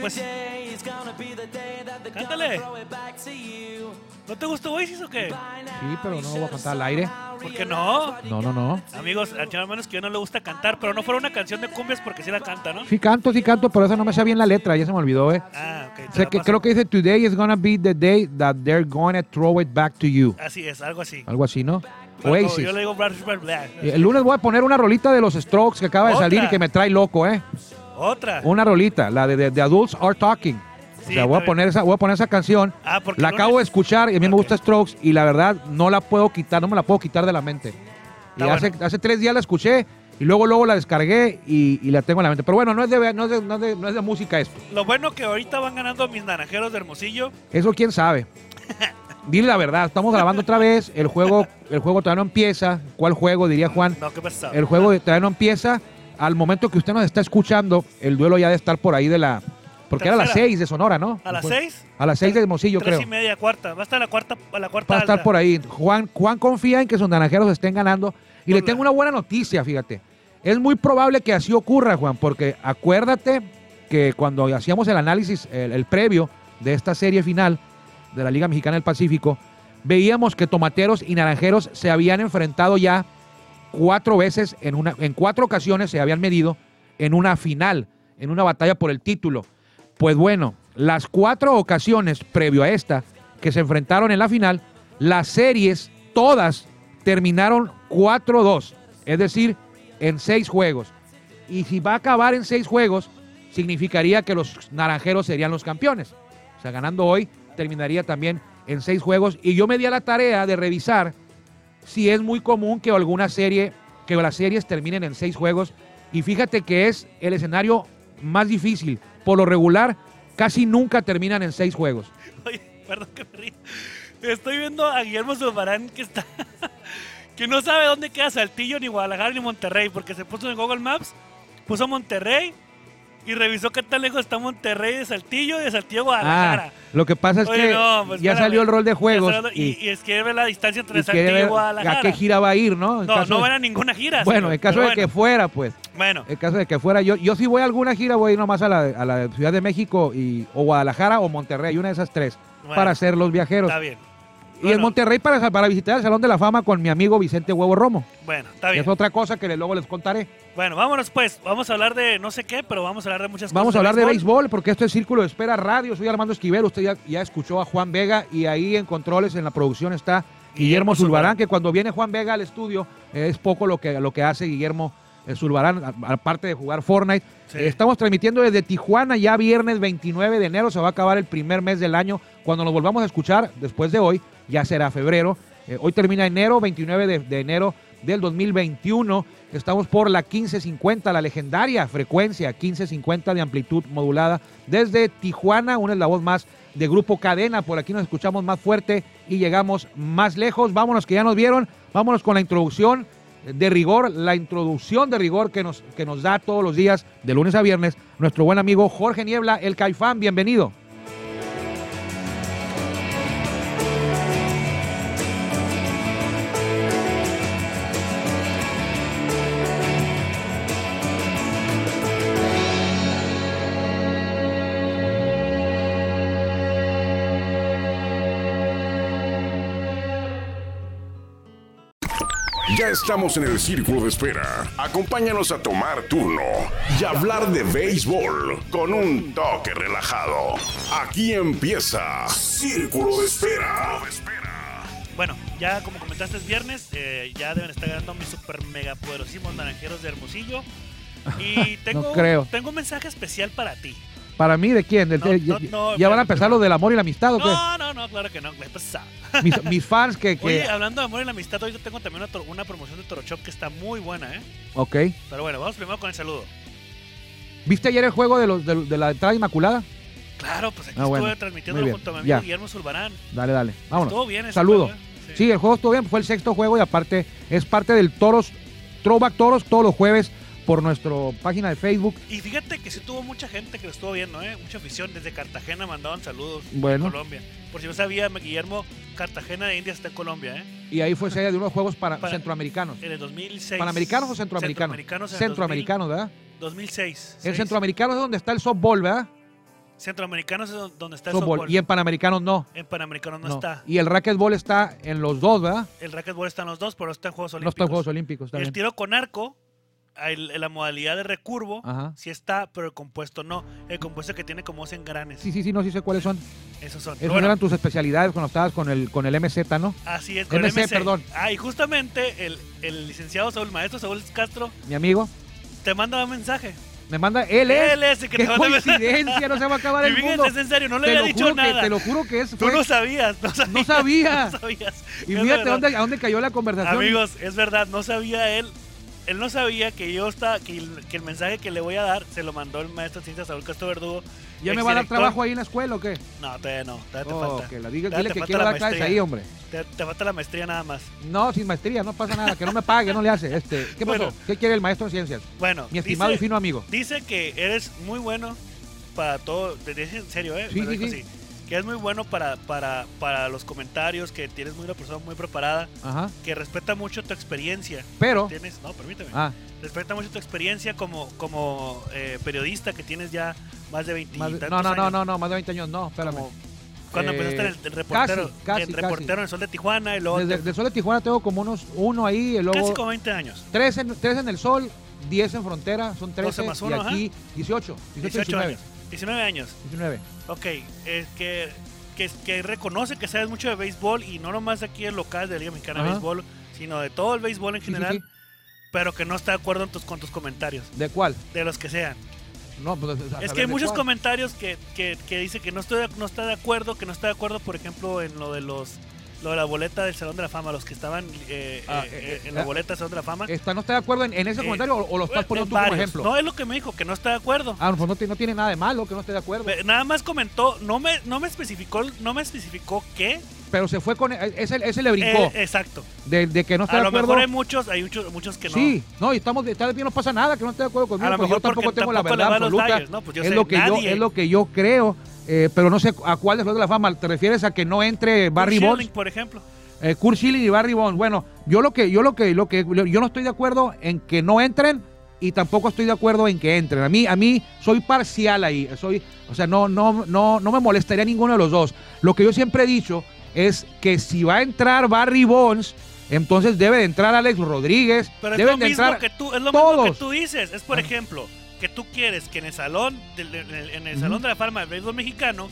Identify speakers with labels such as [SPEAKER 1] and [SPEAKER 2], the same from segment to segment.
[SPEAKER 1] pues. te gusta Oasis o qué?
[SPEAKER 2] Sí, pero no voy a cantar al aire.
[SPEAKER 1] ¿Por qué no?
[SPEAKER 2] No, no, no.
[SPEAKER 1] Amigos, al chavo menos que yo no le gusta cantar, pero no fuera una canción de cumbias porque sí la canta, ¿no?
[SPEAKER 2] Sí canto, sí canto, pero esa no me sé bien la letra, ya se me olvidó, eh.
[SPEAKER 1] Ah, ok. te
[SPEAKER 2] Sé
[SPEAKER 1] la
[SPEAKER 2] que
[SPEAKER 1] paso.
[SPEAKER 2] creo que dice Today is gonna be the day that they're gonna throw it back to you.
[SPEAKER 1] Así es, algo así.
[SPEAKER 2] Algo así, ¿no?
[SPEAKER 1] Algo-
[SPEAKER 2] Oasis.
[SPEAKER 1] Yo le digo Brad Shepard Black.
[SPEAKER 2] El lunes voy a poner una rolita de los Strokes que acaba de
[SPEAKER 1] Otra.
[SPEAKER 2] salir y que me trae loco, ¿eh?
[SPEAKER 1] Otra.
[SPEAKER 2] Una rolita, la de, de- de Adults Are Talking.
[SPEAKER 1] Sí,
[SPEAKER 2] O sea, voy a
[SPEAKER 1] está
[SPEAKER 2] poner esa, voy a poner esa canción.
[SPEAKER 1] Ah, porque
[SPEAKER 2] la
[SPEAKER 1] el
[SPEAKER 2] acabo de
[SPEAKER 1] lunes-
[SPEAKER 2] escuchar y a mí me
[SPEAKER 1] Ok.
[SPEAKER 2] gusta Strokes y la verdad no la puedo quitar, no me la puedo quitar de la mente. Y
[SPEAKER 1] Está
[SPEAKER 2] hace,
[SPEAKER 1] bueno.
[SPEAKER 2] hace tres días la escuché y luego luego la descargué y, y la tengo en la mente. Pero bueno, no es de, no es de- no es de- no es de música esto.
[SPEAKER 1] Lo bueno que ahorita van ganando mis naranjeros de Hermosillo.
[SPEAKER 2] Eso quién sabe. Dile la verdad, estamos grabando otra vez, el juego, el juego todavía no empieza. ¿Cuál juego? diría Juan.
[SPEAKER 1] No, ¿qué pasa?
[SPEAKER 2] El juego todavía no empieza. Al momento que usted nos está escuchando, el duelo ya de estar por ahí de la. Porque era a las
[SPEAKER 1] Tercera.
[SPEAKER 2] 6 de Sonora, ¿no?
[SPEAKER 1] ¿A las
[SPEAKER 2] Fue-
[SPEAKER 1] seis?
[SPEAKER 2] A las 6 de Hermosillo,
[SPEAKER 1] Tres
[SPEAKER 2] creo.
[SPEAKER 1] y media, cuarta. Va a estar la cuarta, a la cuarta
[SPEAKER 2] Para estar
[SPEAKER 1] alta.
[SPEAKER 2] por ahí. Juan, Juan confía en que sus naranjeros estén ganando. Y le
[SPEAKER 1] Hola.
[SPEAKER 2] tengo una buena noticia, fíjate. Es muy probable que así ocurra, Juan, porque acuérdate que cuando hacíamos el análisis, el, el previo de esta serie final de la Liga Mexicana del Pacífico, veíamos que tomateros y naranjeros se habían enfrentado ya cuatro veces, en, una, en cuatro ocasiones se habían medido en una final, en una batalla por el título. Pues bueno, las cuatro ocasiones previo a esta que se enfrentaron en la final, las series todas terminaron 4-2, es decir, en seis juegos. Y si va a acabar en seis juegos, significaría que los naranjeros serían los campeones. O sea, ganando hoy, terminaría también en seis juegos. Y yo me di a la tarea de revisar si es muy común que alguna serie, que las series terminen en seis juegos. Y fíjate que es el escenario más difícil. Por lo regular, casi nunca terminan en seis juegos.
[SPEAKER 1] Oye, perdón que me ría. Estoy viendo a Guillermo Zurbarán que está. que no sabe dónde queda Saltillo, ni Guadalajara, ni Monterrey, porque se puso en Google Maps, puso Monterrey y revisó qué tan lejos está Monterrey de Saltillo y de Saltillo a
[SPEAKER 2] Ah,
[SPEAKER 1] Guadalajara.
[SPEAKER 2] lo que pasa es
[SPEAKER 1] Oye,
[SPEAKER 2] que
[SPEAKER 1] no, pues,
[SPEAKER 2] ya
[SPEAKER 1] espérame.
[SPEAKER 2] salió el rol de juegos
[SPEAKER 1] Ya está hablando-
[SPEAKER 2] y,
[SPEAKER 1] y, y es que ve la distancia entre
[SPEAKER 2] y quiere
[SPEAKER 1] Saltillo y
[SPEAKER 2] ver a
[SPEAKER 1] Guadalajara.
[SPEAKER 2] qué gira va a ir, ¿no? En
[SPEAKER 1] no,
[SPEAKER 2] caso
[SPEAKER 1] no
[SPEAKER 2] de-
[SPEAKER 1] van a ninguna gira.
[SPEAKER 2] bueno,
[SPEAKER 1] señor,
[SPEAKER 2] en caso
[SPEAKER 1] pero
[SPEAKER 2] de que fuera, pues,
[SPEAKER 1] Bueno,
[SPEAKER 2] en caso de que fuera, yo, yo sí voy a alguna gira, voy a ir nomás a la, a la Ciudad de México y, o Guadalajara o Monterrey, una de esas tres,
[SPEAKER 1] Bueno.
[SPEAKER 2] para ser los viajeros.
[SPEAKER 1] está bien.
[SPEAKER 2] Y en
[SPEAKER 1] Bueno,
[SPEAKER 2] Monterrey para, para visitar el Salón de la Fama con mi amigo Vicente Huevo Romo.
[SPEAKER 1] Bueno, está
[SPEAKER 2] que
[SPEAKER 1] bien.
[SPEAKER 2] Es otra cosa que le- luego les contaré.
[SPEAKER 1] Bueno, vámonos pues. Vamos a hablar de no sé qué, pero vamos a hablar de muchas
[SPEAKER 2] Vamos a
[SPEAKER 1] cosas.
[SPEAKER 2] hablar de béisbol porque esto es Círculo de Espera Radio. Soy Armando Esquivel. Usted ya, ya escuchó a Juan Vega y ahí en controles, en la producción está
[SPEAKER 1] Guillermo
[SPEAKER 2] Guillermo Zulbarán,
[SPEAKER 1] Zulbarán.
[SPEAKER 2] que cuando viene Juan Vega al estudio eh, es poco lo que, lo que hace Guillermo eh, Zulbarán, a- aparte de jugar Fortnite.
[SPEAKER 1] Sí.
[SPEAKER 2] Eh, estamos transmitiendo desde Tijuana ya viernes 29 de enero. Se va a acabar el primer mes del año. Cuando nos volvamos a escuchar, después de hoy, ya será febrero. Eh, hoy termina enero, 29 de, de enero del 2021. Estamos por la 1550, la legendaria frecuencia 1550 de amplitud modulada desde Tijuana, una es la voz más de Grupo Cadena. Por aquí nos escuchamos más fuerte y llegamos más lejos. Vámonos que ya nos vieron, vámonos con la introducción de rigor, la introducción de rigor que nos, que nos da todos los días, de lunes a viernes, nuestro buen amigo Jorge Niebla, el Caifán. Bienvenido.
[SPEAKER 3] Ya estamos en el círculo de espera. Acompáñanos a tomar turno y hablar de béisbol con un toque relajado. Aquí empieza Círculo de Espera.
[SPEAKER 1] Bueno, ya como comentaste es viernes, eh, ya deben estar ganando mis super mega poderosísimos naranjeros de Hermosillo. Y tengo,
[SPEAKER 2] creo.
[SPEAKER 1] tengo un mensaje especial para ti.
[SPEAKER 2] Para mí, ¿de quién? ¿Del-
[SPEAKER 1] No,
[SPEAKER 2] del-
[SPEAKER 1] no, no,
[SPEAKER 2] ya- ¿Ya van
[SPEAKER 1] espérame,
[SPEAKER 2] a empezar lo del amor y la amistad o qué?
[SPEAKER 1] No, no, no, claro que no. ¿qué pasa?
[SPEAKER 2] Mis, mis fans que... que
[SPEAKER 1] Oye, hablando de amor y la amistad, hoy yo tengo también una, tor- una promoción de Torochop que está muy buena, ¿eh?
[SPEAKER 2] ok.
[SPEAKER 1] Pero bueno, vamos primero con el saludo.
[SPEAKER 2] ¿Viste ayer el juego de, los, de, de la entrada inmaculada?
[SPEAKER 1] Claro, pues aquí
[SPEAKER 2] Ah, bueno,
[SPEAKER 1] estuve transmitiéndolo
[SPEAKER 2] muy bien,
[SPEAKER 1] junto a mi amigo
[SPEAKER 2] ya.
[SPEAKER 1] Guillermo Zurbarán.
[SPEAKER 2] Dale, dale. Vámonos.
[SPEAKER 1] Todo bien, ese
[SPEAKER 2] Saludo.
[SPEAKER 1] juego, ¿eh?
[SPEAKER 2] Sí, el juego estuvo bien, fue el sexto juego y aparte es parte del Toros, Throwback Toros, todos los jueves por nuestra página de Facebook.
[SPEAKER 1] Y fíjate que sí tuvo mucha gente que lo estuvo viendo, ¿eh? Mucha afición. Desde Cartagena mandaban saludos. de
[SPEAKER 2] Bueno.
[SPEAKER 1] Colombia. Por si no sabía, Guillermo, Cartagena de India está en Colombia, ¿eh?
[SPEAKER 2] Y ahí fue sede de unos juegos para,
[SPEAKER 1] Para-
[SPEAKER 2] centroamericanos.
[SPEAKER 1] En el 2006.
[SPEAKER 2] ¿Panamericanos o centroamericanos?
[SPEAKER 1] Centroamericanos. en el
[SPEAKER 2] Centroamericanos, ¿verdad?
[SPEAKER 1] 2000 2006.
[SPEAKER 2] El
[SPEAKER 1] Seis.
[SPEAKER 2] centroamericano es donde está el softball, ¿verdad?
[SPEAKER 1] Centroamericanos es donde está el
[SPEAKER 2] softball.
[SPEAKER 1] softball.
[SPEAKER 2] Y en Panamericanos no.
[SPEAKER 1] En Panamericanos no,
[SPEAKER 2] no.
[SPEAKER 1] está.
[SPEAKER 2] Y el racquetball está en los dos, ¿verdad?
[SPEAKER 1] El racquetball están los dos, pero está en Juegos
[SPEAKER 2] No
[SPEAKER 1] Olímpicos.
[SPEAKER 2] está en Juegos Olímpicos. está
[SPEAKER 1] el
[SPEAKER 2] bien.
[SPEAKER 1] tiro con arco, el- la modalidad de recurvo,
[SPEAKER 2] Ajá.
[SPEAKER 1] sí está, pero el compuesto no. El compuesto que tiene como dos engranes.
[SPEAKER 2] Sí, sí, sí, no sí sé cuáles son.
[SPEAKER 1] Esos son.
[SPEAKER 2] Esas
[SPEAKER 1] Pero bueno,
[SPEAKER 2] eran tus especialidades cuando estabas con el, con el MZ, ¿no?
[SPEAKER 1] así es, con
[SPEAKER 2] MC,
[SPEAKER 1] MC.
[SPEAKER 2] perdón.
[SPEAKER 1] Ah, y justamente el, el licenciado Saúl, maestro Saúl Castro,
[SPEAKER 2] Mi amigo.
[SPEAKER 1] te manda un mensaje.
[SPEAKER 2] Me manda, él es.
[SPEAKER 1] Él es el que
[SPEAKER 2] ¡Qué
[SPEAKER 1] te manda un mensaje.
[SPEAKER 2] coincidencia! No se va a acabar
[SPEAKER 1] Y
[SPEAKER 2] el mundo.
[SPEAKER 1] fíjate, es en serio, no le
[SPEAKER 2] te,
[SPEAKER 1] había
[SPEAKER 2] lo
[SPEAKER 1] dicho
[SPEAKER 2] juro que,
[SPEAKER 1] nada.
[SPEAKER 2] te lo juro que es.
[SPEAKER 1] Tú
[SPEAKER 2] fue-
[SPEAKER 1] no sabías, no sabías.
[SPEAKER 2] no sabía.
[SPEAKER 1] no sabías.
[SPEAKER 2] Y
[SPEAKER 1] Es
[SPEAKER 2] fíjate
[SPEAKER 1] verdad.
[SPEAKER 2] dónde, a dónde cayó la conversación.
[SPEAKER 1] Amigos, es verdad, no sabía él. Él no sabía que yo estaba, que el, que el mensaje que le voy a dar se lo mandó el maestro de ciencias Saúl Castro Verdugo.
[SPEAKER 2] ¿Ya me va a dar
[SPEAKER 1] exdirector.
[SPEAKER 2] trabajo ahí en la escuela o qué?
[SPEAKER 1] No, todavía no, todavía
[SPEAKER 2] Oh,
[SPEAKER 1] te falta.
[SPEAKER 2] que la diga,
[SPEAKER 1] Ya
[SPEAKER 2] dile
[SPEAKER 1] te
[SPEAKER 2] que
[SPEAKER 1] falta
[SPEAKER 2] quiero
[SPEAKER 1] la
[SPEAKER 2] dar clases
[SPEAKER 1] maestría.
[SPEAKER 2] ahí, hombre.
[SPEAKER 1] Te, te falta la maestría nada más.
[SPEAKER 2] No, sin maestría, no pasa nada, que no me pague, no le hace. Este, ¿Qué pasó?
[SPEAKER 1] Bueno.
[SPEAKER 2] ¿Qué quiere el maestro en ciencias?
[SPEAKER 1] Bueno,
[SPEAKER 2] Mi estimado
[SPEAKER 1] dice,
[SPEAKER 2] y fino amigo.
[SPEAKER 1] dice que eres muy bueno para todo, te dice en serio, ¿eh?
[SPEAKER 2] Sí,
[SPEAKER 1] Me lo
[SPEAKER 2] sí,
[SPEAKER 1] dijo
[SPEAKER 2] sí.
[SPEAKER 1] así, Que es muy bueno para, para, para los comentarios, que tienes muy una persona muy preparada,
[SPEAKER 2] Ajá.
[SPEAKER 1] que respeta mucho tu experiencia.
[SPEAKER 2] Pero,
[SPEAKER 1] Tienes, no, permíteme.
[SPEAKER 2] ah,
[SPEAKER 1] Respeta mucho tu experiencia como, como eh, periodista que tienes ya más de 20 y
[SPEAKER 2] más de- no,
[SPEAKER 1] tantos
[SPEAKER 2] no, no,
[SPEAKER 1] años.
[SPEAKER 2] no, no, más de 20 años, no, espérame.
[SPEAKER 1] Como cuando
[SPEAKER 2] Eh,
[SPEAKER 1] empezaste en el, el reportero,
[SPEAKER 2] casi, casi,
[SPEAKER 1] en
[SPEAKER 2] casi.
[SPEAKER 1] reportero en el Sol de Tijuana y luego
[SPEAKER 2] Desde
[SPEAKER 1] te-
[SPEAKER 2] del Sol de Tijuana tengo como unos uno ahí, y
[SPEAKER 1] casi
[SPEAKER 2] luego
[SPEAKER 1] como 20 años.
[SPEAKER 2] tres en, tres en el Sol, 10 en Frontera, son 13,
[SPEAKER 1] más
[SPEAKER 2] y
[SPEAKER 1] uno,
[SPEAKER 2] aquí 18, 18,
[SPEAKER 1] 18
[SPEAKER 2] 19,
[SPEAKER 1] años. 19 años.
[SPEAKER 2] 19.
[SPEAKER 1] Ok, es que, que, que reconoce que sabes mucho de béisbol y no nomás aquí el local de la Liga Mexicana de
[SPEAKER 2] Ajá.
[SPEAKER 1] Béisbol, sino de todo el béisbol en
[SPEAKER 2] Sí, sí,
[SPEAKER 1] general,
[SPEAKER 2] sí.
[SPEAKER 1] pero que no está de acuerdo en tus, con tus comentarios,
[SPEAKER 2] ¿De cuál?
[SPEAKER 1] de los que sean.
[SPEAKER 2] No, pues, a saber
[SPEAKER 1] Es que hay
[SPEAKER 2] de
[SPEAKER 1] muchos
[SPEAKER 2] cuál.
[SPEAKER 1] comentarios que, que, que dice que no, estoy, de- no está de acuerdo, que no está de acuerdo, por ejemplo, en lo de los lo de la boleta del Salón de la Fama, los que estaban eh,
[SPEAKER 2] Ah,
[SPEAKER 1] eh, eh,
[SPEAKER 2] eh, eh,
[SPEAKER 1] en la
[SPEAKER 2] ah,
[SPEAKER 1] boleta del Salón de la Fama.
[SPEAKER 2] Está, ¿No está de acuerdo en, en ese
[SPEAKER 1] Eh,
[SPEAKER 2] comentario o, o lo estás
[SPEAKER 1] Eh,
[SPEAKER 2] poniendo tú
[SPEAKER 1] varios.
[SPEAKER 2] como ejemplo?
[SPEAKER 1] No, es lo que me dijo, que no está de acuerdo.
[SPEAKER 2] Ah, pues no, te- no tiene nada de malo que no esté de acuerdo.
[SPEAKER 1] Ve- Nada más comentó, no me, no me especificó, no me especificó qué.
[SPEAKER 2] Pero se fue con. e, Ese, ese le brincó.
[SPEAKER 1] Eh, exacto.
[SPEAKER 2] de, de que no
[SPEAKER 1] a
[SPEAKER 2] está de
[SPEAKER 1] lo
[SPEAKER 2] acuerdo.
[SPEAKER 1] mejor hay muchos, hay muchos, muchos que no.
[SPEAKER 2] Sí, no, y estamos, está bien, no pasa nada que no esté de acuerdo conmigo.
[SPEAKER 1] a lo
[SPEAKER 2] pues
[SPEAKER 1] mejor
[SPEAKER 2] yo tampoco
[SPEAKER 1] porque
[SPEAKER 2] tengo la
[SPEAKER 1] tampoco le
[SPEAKER 2] verdad
[SPEAKER 1] va a los
[SPEAKER 2] absoluta.
[SPEAKER 1] Dodgers, ¿no? Pues yo
[SPEAKER 2] es,
[SPEAKER 1] sé,
[SPEAKER 2] lo que yo,
[SPEAKER 1] nadie.
[SPEAKER 2] es lo que yo creo, eh, pero no sé a cuál es de la fama. ¿Te refieres a que no entre Barry
[SPEAKER 1] Kurt
[SPEAKER 2] Bonds?
[SPEAKER 1] Schilling, por ejemplo.
[SPEAKER 2] Eh, Kurt Schilling y Barry Bonds. Bueno, yo lo que, yo lo que, lo que, yo no estoy de acuerdo en que no entren y tampoco estoy de acuerdo en que entren. A mí, a mí soy parcial ahí. Soy, o sea, no, no, no, no me molestaría ninguno de los dos. Lo que yo siempre he dicho es que si va a entrar Barry Bonds, entonces debe de entrar Alex Rodríguez,
[SPEAKER 1] Pero es
[SPEAKER 2] deben
[SPEAKER 1] lo,
[SPEAKER 2] de
[SPEAKER 1] mismo
[SPEAKER 2] entrar.
[SPEAKER 1] que tú, es lo mismo
[SPEAKER 2] todos.
[SPEAKER 1] que tú dices. Es por
[SPEAKER 2] Ah.
[SPEAKER 1] ejemplo que tú quieres que en el salón, del- en el, en el
[SPEAKER 2] Ujú.
[SPEAKER 1] salón de la fama del béisbol mexicano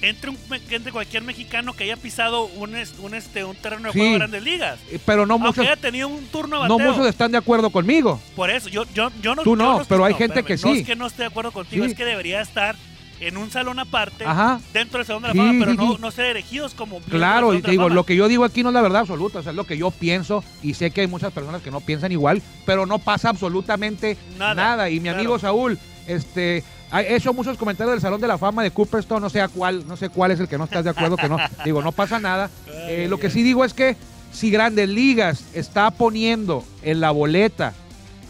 [SPEAKER 1] entre un me- que entre cualquier mexicano que haya pisado un es- un este un terreno de
[SPEAKER 2] Sí.
[SPEAKER 1] juego de Grandes Ligas,
[SPEAKER 2] eh, Pero no
[SPEAKER 1] aunque
[SPEAKER 2] muchos,
[SPEAKER 1] haya tenido un turno de
[SPEAKER 2] no
[SPEAKER 1] bateo.
[SPEAKER 2] muchos están de acuerdo conmigo.
[SPEAKER 1] Por eso yo yo yo no.
[SPEAKER 2] Tú
[SPEAKER 1] yo
[SPEAKER 2] no, pero hay
[SPEAKER 1] no,
[SPEAKER 2] gente que
[SPEAKER 1] espérame, No
[SPEAKER 2] sí.
[SPEAKER 1] es que no esté de acuerdo contigo,
[SPEAKER 2] Sí.
[SPEAKER 1] es que debería estar en un salón aparte.
[SPEAKER 2] Ajá.
[SPEAKER 1] Dentro del Salón de la
[SPEAKER 2] Sí,
[SPEAKER 1] Fama, pero
[SPEAKER 2] sí,
[SPEAKER 1] no,
[SPEAKER 2] sí.
[SPEAKER 1] no ser elegidos como.
[SPEAKER 2] Claro, y
[SPEAKER 1] miembros
[SPEAKER 2] te
[SPEAKER 1] del Salón
[SPEAKER 2] digo,
[SPEAKER 1] de la
[SPEAKER 2] lo que yo digo aquí no es la verdad absoluta, o sea, es lo que yo pienso y sé que hay muchas personas que no piensan igual, pero no pasa absolutamente
[SPEAKER 1] Nada,
[SPEAKER 2] nada. Y mi
[SPEAKER 1] claro.
[SPEAKER 2] amigo Saúl, este, ha hecho muchos comentarios del Salón de la Fama de Cooperstown, no sé a cuál, no sé cuál es el que no estás de acuerdo, que no, digo, no pasa nada.
[SPEAKER 1] Fama.
[SPEAKER 2] Eh,
[SPEAKER 1] Ay,
[SPEAKER 2] lo que
[SPEAKER 1] ay,
[SPEAKER 2] sí digo es que si Grandes Ligas está poniendo en la boleta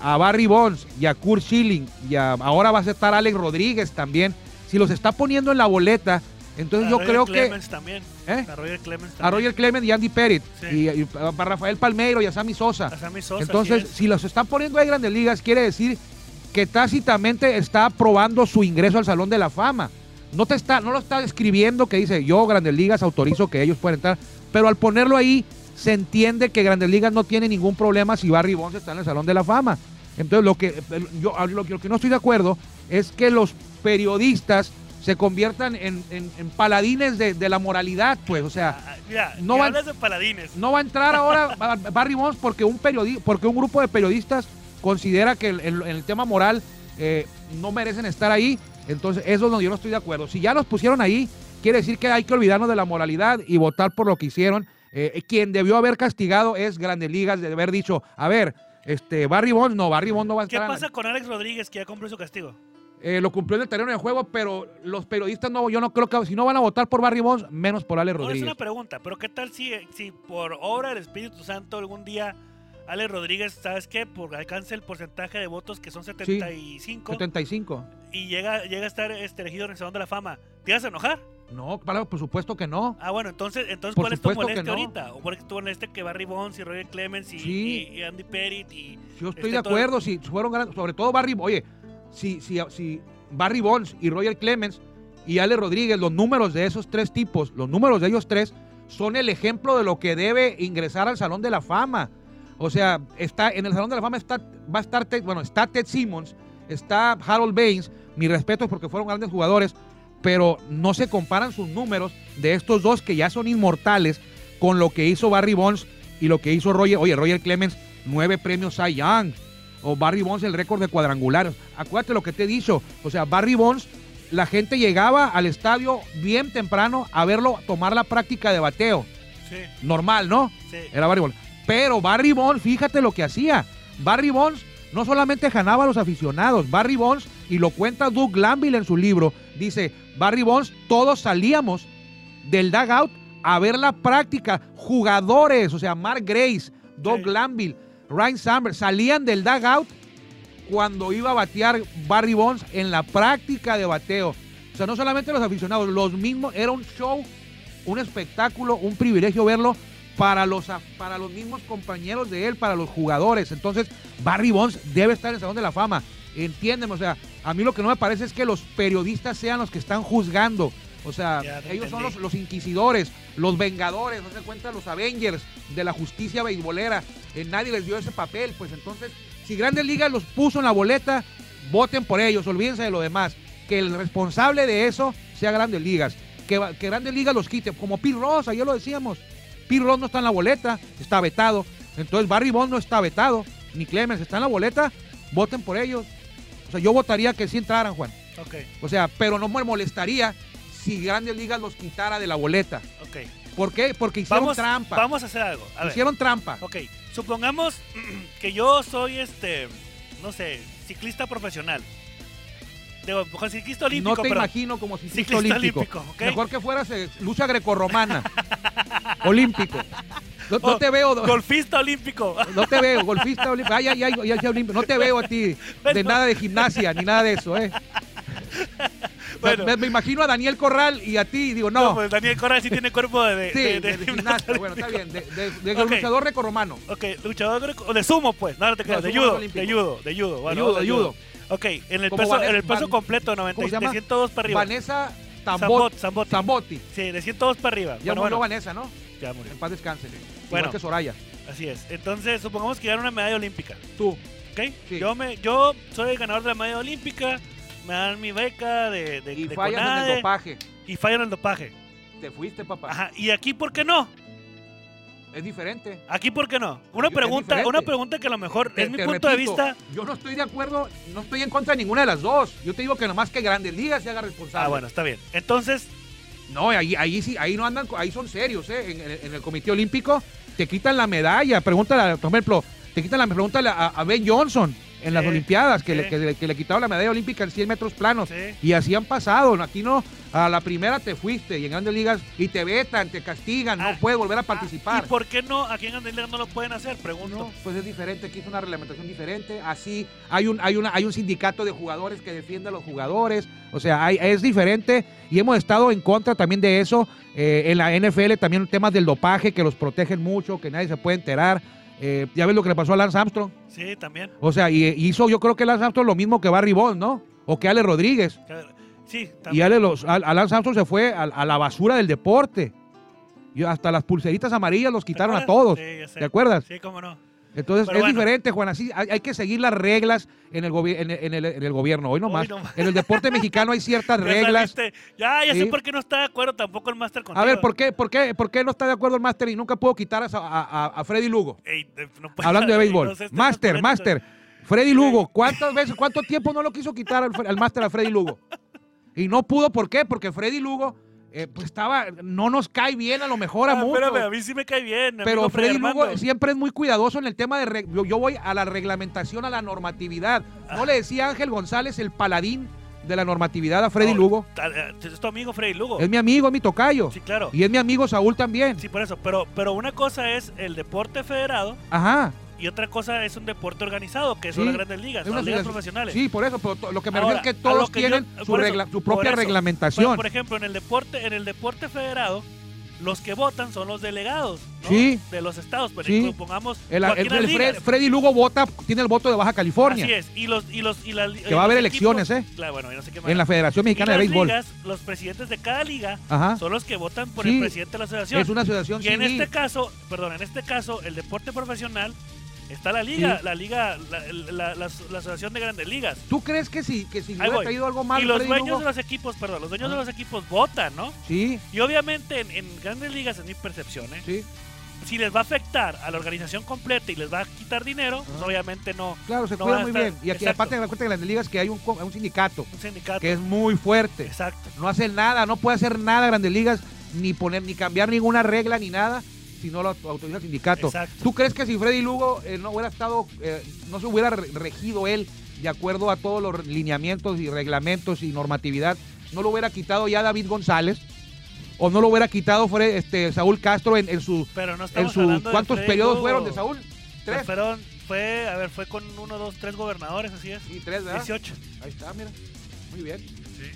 [SPEAKER 2] a Barry Bonds y a Kurt Schilling y a- ahora va a estar Alex Rodríguez también, si los está poniendo en la boleta, entonces
[SPEAKER 1] a
[SPEAKER 2] yo
[SPEAKER 1] Roger
[SPEAKER 2] creo
[SPEAKER 1] Clemens también.
[SPEAKER 2] que... ¿eh?
[SPEAKER 1] A Roger Clemens también.
[SPEAKER 2] a Roger Clemens y Andy Pérez
[SPEAKER 1] Sí.
[SPEAKER 2] y, y a a Rafael Palmeiro y a Sammy
[SPEAKER 1] A
[SPEAKER 2] Sosa.
[SPEAKER 1] Sammy Sosa,
[SPEAKER 2] Entonces,
[SPEAKER 1] así es.
[SPEAKER 2] si los están poniendo ahí en Grandes Ligas, quiere decir que tácitamente está aprobando su ingreso al Salón de la Fama. No te está, no lo está escribiendo que dice yo Grandes Ligas autorizo que ellos puedan entrar, pero al ponerlo ahí se entiende que Grandes Ligas no tiene ningún problema si Barry Bonds está en el Salón de la Fama. Entonces, lo que yo lo, que- lo que no estoy de acuerdo es que los periodistas se conviertan en, en- en paladines de, de la moralidad, pues, o sea,
[SPEAKER 1] Ah, Mira,
[SPEAKER 2] no
[SPEAKER 1] no
[SPEAKER 2] van-
[SPEAKER 1] hablas de paladines.
[SPEAKER 2] no va a entrar ahora Bar- Barry Bonds porque un periodi- porque un grupo de periodistas considera que el- el, el tema moral eh, no merecen estar ahí. Entonces, eso es donde yo no estoy de acuerdo. Si ya los pusieron ahí, quiere decir que hay que olvidarnos de la moralidad y votar por lo que hicieron. Eh, quien debió haber castigado es Grandes Ligas, de haber dicho, a ver, este Barry Bonds, no, Barry Bonds no va a
[SPEAKER 1] ¿Qué
[SPEAKER 2] estar.
[SPEAKER 1] pasa con Alex Rodríguez que ya cumplió su castigo?
[SPEAKER 2] Eh, lo cumplió en el terreno de juego, pero los periodistas no, yo no creo que si no van a votar por Barry Bonds, menos por Ale
[SPEAKER 1] No es
[SPEAKER 2] Rodríguez.
[SPEAKER 1] una pregunta, pero ¿qué tal si, si por obra del Espíritu Santo algún día Alex Rodríguez, ¿sabes qué? Por alcance el porcentaje de votos que son 75
[SPEAKER 2] 75.
[SPEAKER 1] y llega, llega a estar este, elegido en el Salón de la Fama. ¿Te vas a enojar?
[SPEAKER 2] No, claro, por supuesto que no.
[SPEAKER 1] Ah, bueno, entonces, entonces
[SPEAKER 2] Por
[SPEAKER 1] ¿cuál es tu
[SPEAKER 2] supuesto que
[SPEAKER 1] molestia
[SPEAKER 2] no.
[SPEAKER 1] ahorita? ¿O cuál es tu molestia que Barry Bonds y Roger Clemens y,
[SPEAKER 2] Sí.
[SPEAKER 1] y- y Andy Pettit y
[SPEAKER 2] Yo estoy
[SPEAKER 1] Este
[SPEAKER 2] de
[SPEAKER 1] todo-
[SPEAKER 2] acuerdo, si fueron grandes, sobre todo Barry, oye, si, si, si Barry Bonds y Roger Clemens y Ale Rodríguez, los números de esos tres tipos, los números de ellos tres, son el ejemplo de lo que debe ingresar al Salón de la Fama. O sea, está en el Salón de la Fama está, va a estar, Ted- bueno, está Ted Simmons, está Harold Baines, mis respetos porque fueron grandes jugadores, pero no se comparan sus números de estos dos que ya son inmortales con lo que hizo Barry Bonds y lo que hizo Roger, oye, Roger Clemens, nueve premios Cy Young, o Barry Bonds el récord de cuadrangulares. Acuérdate lo que te he dicho, o sea, Barry Bonds, la gente llegaba al estadio bien temprano a verlo tomar la práctica de bateo,
[SPEAKER 1] Sí,
[SPEAKER 2] normal, ¿no?
[SPEAKER 1] sí.
[SPEAKER 2] Era Barry Bonds. Pero Barry Bonds, fíjate lo que hacía. Barry Bonds no solamente ganaba a los aficionados, Barry Bonds, y lo cuenta Doug Glanville en su libro, dice, Barry Bonds, todos salíamos del dugout a ver la práctica, jugadores, o sea, Mark Grace, Doug
[SPEAKER 1] Sí.
[SPEAKER 2] Glanville, Ryan Sandberg, salían del dugout cuando iba a batear Barry Bonds en la práctica de bateo. O sea, no solamente los aficionados, los mismos, era un show, un espectáculo, un privilegio verlo para los, af- para los mismos compañeros de él, para los jugadores. Entonces, Barry Bonds debe estar en el Salón de la Fama. Entiéndeme, o sea, a mí lo que no me parece es que los periodistas sean los que están juzgando. O sea,
[SPEAKER 1] Ya te
[SPEAKER 2] ellos son los,
[SPEAKER 1] entendí.
[SPEAKER 2] los inquisidores, los vengadores, no se cuenta los Avengers de la justicia beisbolera. Eh, nadie les dio ese papel, pues entonces, si Grandes Ligas los puso en la boleta, voten por ellos, olvídense de lo demás. Que el responsable de eso sea Grandes Ligas. Que, va- que Grandes Ligas los quite, como Pete Ross, ayer lo decíamos. Pete Ross no está en la boleta, está vetado. Entonces Barry Bonds no está vetado, ni Clemens está en la boleta, voten por ellos. O sea, yo votaría que sí entraran, Juan.
[SPEAKER 1] Ok,
[SPEAKER 2] O sea, pero no me molestaría si Grandes Ligas los quitara de la boleta.
[SPEAKER 1] ok.
[SPEAKER 2] ¿Por qué? Porque hicieron
[SPEAKER 1] Vamos,
[SPEAKER 2] trampa.
[SPEAKER 1] vamos a hacer algo. A ver.
[SPEAKER 2] hicieron trampa.
[SPEAKER 1] Ok, supongamos que yo soy este, no sé, ciclista profesional. Digo, mejor ciclista olímpico,
[SPEAKER 2] no te
[SPEAKER 1] pero
[SPEAKER 2] imagino como si
[SPEAKER 1] ciclista
[SPEAKER 2] olímpico.
[SPEAKER 1] olímpico, ¿ok?
[SPEAKER 2] Mejor que fueras eh, lucha grecorromana. olímpico. No, no
[SPEAKER 1] Oh,
[SPEAKER 2] te veo.
[SPEAKER 1] golfista olímpico.
[SPEAKER 2] No te veo, golfista olímpico. Ah, Ay, ay, ay, ay, ay, olímpico. No te veo a ti de
[SPEAKER 1] Bueno.
[SPEAKER 2] nada de gimnasia ni nada de eso, ¿eh?
[SPEAKER 1] Bueno.
[SPEAKER 2] Me, me imagino a Daniel Corral y a ti y digo, no.
[SPEAKER 1] No, pues Daniel Corral sí tiene cuerpo de, de,
[SPEAKER 2] sí,
[SPEAKER 1] de- de
[SPEAKER 2] de
[SPEAKER 1] gimnasta.
[SPEAKER 2] gimnasta. Bueno, está bien. De, de, de
[SPEAKER 1] Ok.
[SPEAKER 2] luchador grecorromano.
[SPEAKER 1] Ok, luchador greco- o de sumo, pues. No, no te creas,
[SPEAKER 2] No,
[SPEAKER 1] de
[SPEAKER 2] sumo no
[SPEAKER 1] judo,
[SPEAKER 2] es
[SPEAKER 1] de
[SPEAKER 2] olímpico.
[SPEAKER 1] judo, de judo. Bueno,
[SPEAKER 2] judo,
[SPEAKER 1] de
[SPEAKER 2] de
[SPEAKER 1] judo.
[SPEAKER 2] judo.
[SPEAKER 1] Ok, en el
[SPEAKER 2] Como
[SPEAKER 1] peso,
[SPEAKER 2] Vane-
[SPEAKER 1] en el peso
[SPEAKER 2] Van-
[SPEAKER 1] completo, 90,
[SPEAKER 2] ¿cómo se
[SPEAKER 1] de
[SPEAKER 2] llama?
[SPEAKER 1] 102 para arriba.
[SPEAKER 2] Vanessa
[SPEAKER 1] Zambot,
[SPEAKER 2] Zambot,
[SPEAKER 1] Zambotti.
[SPEAKER 2] Zambotti.
[SPEAKER 1] Sí, de 102 para arriba.
[SPEAKER 2] Ya
[SPEAKER 1] bueno,
[SPEAKER 2] murió
[SPEAKER 1] bueno,
[SPEAKER 2] Vanessa, ¿no?
[SPEAKER 1] ya murió.
[SPEAKER 2] En paz descanse.
[SPEAKER 1] Bueno.
[SPEAKER 2] Igual que Soraya.
[SPEAKER 1] Así es. Entonces, supongamos que gana una medalla olímpica.
[SPEAKER 2] Tú.
[SPEAKER 1] ¿Ok?
[SPEAKER 2] Sí.
[SPEAKER 1] Yo, me, yo soy el ganador de la medalla olímpica. Me dan mi beca de, de,
[SPEAKER 2] Y
[SPEAKER 1] de
[SPEAKER 2] fallas en
[SPEAKER 1] CONADE
[SPEAKER 2] el dopaje.
[SPEAKER 1] Y fallan el dopaje.
[SPEAKER 2] Te fuiste, papá.
[SPEAKER 1] Ajá. ¿Y aquí por qué no?
[SPEAKER 2] Es diferente.
[SPEAKER 1] ¿Aquí por qué no? Una
[SPEAKER 2] Es
[SPEAKER 1] pregunta,
[SPEAKER 2] diferente.
[SPEAKER 1] una pregunta que a lo mejor
[SPEAKER 2] Te-
[SPEAKER 1] es mi
[SPEAKER 2] te
[SPEAKER 1] punto de
[SPEAKER 2] repito,
[SPEAKER 1] vista.
[SPEAKER 2] Yo no estoy de acuerdo, no estoy en contra de ninguna de las dos. Yo te digo que nomás que Grandes Ligas se haga responsable.
[SPEAKER 1] Ah, bueno, está bien. Entonces,
[SPEAKER 2] No, ahí, ahí sí, ahí no andan, co- ahí son serios, ¿eh? En, en- en el Comité Olímpico te quitan la medalla. Pregúntale, a- por ejemplo, te quitan la pregúntale a, a Ben Johnson en las
[SPEAKER 1] Sí,
[SPEAKER 2] Olimpiadas, que,
[SPEAKER 1] sí.
[SPEAKER 2] le, que le- que le quitaron la medalla olímpica en 100 metros planos.
[SPEAKER 1] sí.
[SPEAKER 2] Y así han pasado, ¿no? aquí no, a la primera te fuiste y en grandes ligas y te vetan, te castigan,
[SPEAKER 1] Ah,
[SPEAKER 2] no puedes volver a
[SPEAKER 1] ¿Y
[SPEAKER 2] participar.
[SPEAKER 1] por qué no? Aquí en Andalía no lo pueden hacer, pregunto.
[SPEAKER 2] No, pues es diferente, aquí es una reglamentación diferente, así hay un, hay una, hay un sindicato de jugadores que defiende a los jugadores, o sea, hay- es diferente y hemos estado en contra también de eso, eh, en la NFL también temas del dopaje que los protegen mucho, que nadie se puede enterar, Eh, ya ves lo que le pasó a Lance Armstrong,
[SPEAKER 1] Sí, también.
[SPEAKER 2] o sea, y, y hizo yo creo que Lance Armstrong lo mismo que Barry Bonds, ¿no? O que Ale Rodríguez.
[SPEAKER 1] Sí,
[SPEAKER 2] Y
[SPEAKER 1] también.
[SPEAKER 2] Ale los, a, a Lance Armstrong se fue a, a la basura del deporte. Y hasta las pulseritas amarillas los
[SPEAKER 1] ¿Te
[SPEAKER 2] quitaron a
[SPEAKER 1] acuerdas?
[SPEAKER 2] todos.
[SPEAKER 1] Sí, ya sé.
[SPEAKER 2] ¿Te acuerdas?
[SPEAKER 1] Sí, cómo no.
[SPEAKER 2] Entonces
[SPEAKER 1] Pero
[SPEAKER 2] es
[SPEAKER 1] bueno.
[SPEAKER 2] diferente, Juan. Así hay, hay que seguir las reglas en el, gobi- en, el- en el, en el gobierno. Hoy nomás.
[SPEAKER 1] Hoy no más.
[SPEAKER 2] En el deporte mexicano hay ciertas
[SPEAKER 1] Ya
[SPEAKER 2] reglas.
[SPEAKER 1] saliste. Ya, ya sé
[SPEAKER 2] Sí.
[SPEAKER 1] por qué no está de acuerdo tampoco el máster contigo.
[SPEAKER 2] A ver, ¿por qué, por, qué, ¿por qué no está de acuerdo el máster y nunca puedo quitar a, a- a- a Freddy Lugo?
[SPEAKER 1] Ey, eh, no puede-
[SPEAKER 2] Hablando de
[SPEAKER 1] no
[SPEAKER 2] béisbol.
[SPEAKER 1] sé, este
[SPEAKER 2] Máster,
[SPEAKER 1] no-
[SPEAKER 2] máster. Freddy Lugo, ¿cuántas veces, cuánto tiempo no lo quiso quitar al, Fre- al máster a Freddy Lugo? Y no pudo, ¿por qué? Porque Freddy Lugo eh, pues estaba, no nos cae bien a lo mejor a
[SPEAKER 1] Ah,
[SPEAKER 2] muchos.
[SPEAKER 1] espérame, a mí sí me cae bien. mi
[SPEAKER 2] Pero
[SPEAKER 1] amigo
[SPEAKER 2] Freddy
[SPEAKER 1] Armando.
[SPEAKER 2] Lugo siempre es muy cuidadoso en el tema de... re- Yo, yo voy a la reglamentación, a la normatividad. ¿No le decía Ángel González el paladín de la normatividad a Freddy
[SPEAKER 1] No,
[SPEAKER 2] Lugo?
[SPEAKER 1] ta- eh, Es tu amigo Freddy Lugo.
[SPEAKER 2] Es mi amigo, es mi tocayo.
[SPEAKER 1] Sí, claro.
[SPEAKER 2] Y es mi amigo Saúl también.
[SPEAKER 1] Sí, por eso. Pero, pero una cosa es el deporte federado
[SPEAKER 2] Ajá.
[SPEAKER 1] y otra cosa es un deporte organizado, que son
[SPEAKER 2] Sí,
[SPEAKER 1] las grandes ligas,
[SPEAKER 2] Es una
[SPEAKER 1] las ligas
[SPEAKER 2] asociación-
[SPEAKER 1] profesionales.
[SPEAKER 2] Sí, por eso. Pero to- lo que me
[SPEAKER 1] Ahora,
[SPEAKER 2] refiero es que
[SPEAKER 1] a lo
[SPEAKER 2] todos
[SPEAKER 1] que yo-
[SPEAKER 2] tienen su,
[SPEAKER 1] por eso,
[SPEAKER 2] regla- su
[SPEAKER 1] por
[SPEAKER 2] propia
[SPEAKER 1] eso. Pero,
[SPEAKER 2] reglamentación.
[SPEAKER 1] por ejemplo, en el deporte, en el deporte federado, los que votan son los delegados ¿no?
[SPEAKER 2] Sí.
[SPEAKER 1] de los estados. Por
[SPEAKER 2] Sí.
[SPEAKER 1] ejemplo, pongamos
[SPEAKER 2] El, el-
[SPEAKER 1] Joaquín
[SPEAKER 2] el
[SPEAKER 1] Aldiga,
[SPEAKER 2] Fred- Freddy Lugo vota, tiene el voto de Baja California.
[SPEAKER 1] Así es. Y los, y los, y la-
[SPEAKER 2] Que va a haber
[SPEAKER 1] los equipos-
[SPEAKER 2] elecciones, ¿eh?
[SPEAKER 1] Claro, bueno, yo no sé qué más.
[SPEAKER 2] En la Federación
[SPEAKER 1] Y
[SPEAKER 2] Mexicana de
[SPEAKER 1] las
[SPEAKER 2] Béisbol.
[SPEAKER 1] ligas, los presidentes de cada liga
[SPEAKER 2] Ajá.
[SPEAKER 1] son los que votan por
[SPEAKER 2] Sí.
[SPEAKER 1] el presidente de la asociación.
[SPEAKER 2] Es una asociación
[SPEAKER 1] Y en
[SPEAKER 2] civil.
[SPEAKER 1] este caso, perdón, en este caso, el deporte profesional está la liga,
[SPEAKER 2] Sí.
[SPEAKER 1] la liga, la, la- la- la asociación de grandes ligas.
[SPEAKER 2] ¿Tú crees que si, que si
[SPEAKER 1] Ahí
[SPEAKER 2] hubiera
[SPEAKER 1] voy.
[SPEAKER 2] caído algo mal
[SPEAKER 1] y los
[SPEAKER 2] Freddy
[SPEAKER 1] dueños
[SPEAKER 2] Lugo?
[SPEAKER 1] de los equipos, perdón, los dueños
[SPEAKER 2] Ah.
[SPEAKER 1] de los equipos votan, ¿no?
[SPEAKER 2] Sí,
[SPEAKER 1] Y obviamente en, en grandes ligas, es mi percepción, ¿eh?
[SPEAKER 2] sí.
[SPEAKER 1] si les va a afectar a la organización completa y les va a quitar dinero, pues
[SPEAKER 2] Ah.
[SPEAKER 1] obviamente no.
[SPEAKER 2] Claro, se
[SPEAKER 1] No
[SPEAKER 2] cuida
[SPEAKER 1] van a
[SPEAKER 2] muy
[SPEAKER 1] estar-
[SPEAKER 2] bien. Y aquí,
[SPEAKER 1] exacto.
[SPEAKER 2] aparte, recuerda que las ligas que hay un, co- un sindicato
[SPEAKER 1] Un sindicato.
[SPEAKER 2] que es muy fuerte.
[SPEAKER 1] Exacto.
[SPEAKER 2] No hace nada, no puede hacer nada Grandes Ligas, ni poner, ni cambiar ninguna regla, ni nada, si no lo auto- autoriza el sindicato.
[SPEAKER 1] Exacto.
[SPEAKER 2] ¿Tú crees que si Freddy Lugo eh, no hubiera estado, eh, no se hubiera re- regido él de acuerdo a todos los lineamientos y reglamentos y normatividad, no lo hubiera quitado ya David González? ¿O no lo hubiera quitado Fre- este, Saúl Castro en, en su...
[SPEAKER 1] Pero no estamos
[SPEAKER 2] En su
[SPEAKER 1] hablando de
[SPEAKER 2] ¿Cuántos
[SPEAKER 1] Freddy
[SPEAKER 2] periodos
[SPEAKER 1] Lugo.
[SPEAKER 2] fueron de Saúl?
[SPEAKER 1] Pues,
[SPEAKER 2] Tres.
[SPEAKER 1] Perdón, fue, a ver, fue con uno, dos, tres gobernadores, así es.
[SPEAKER 2] Y tres, ¿verdad?
[SPEAKER 1] 18.
[SPEAKER 2] Ahí está, mira. Muy bien.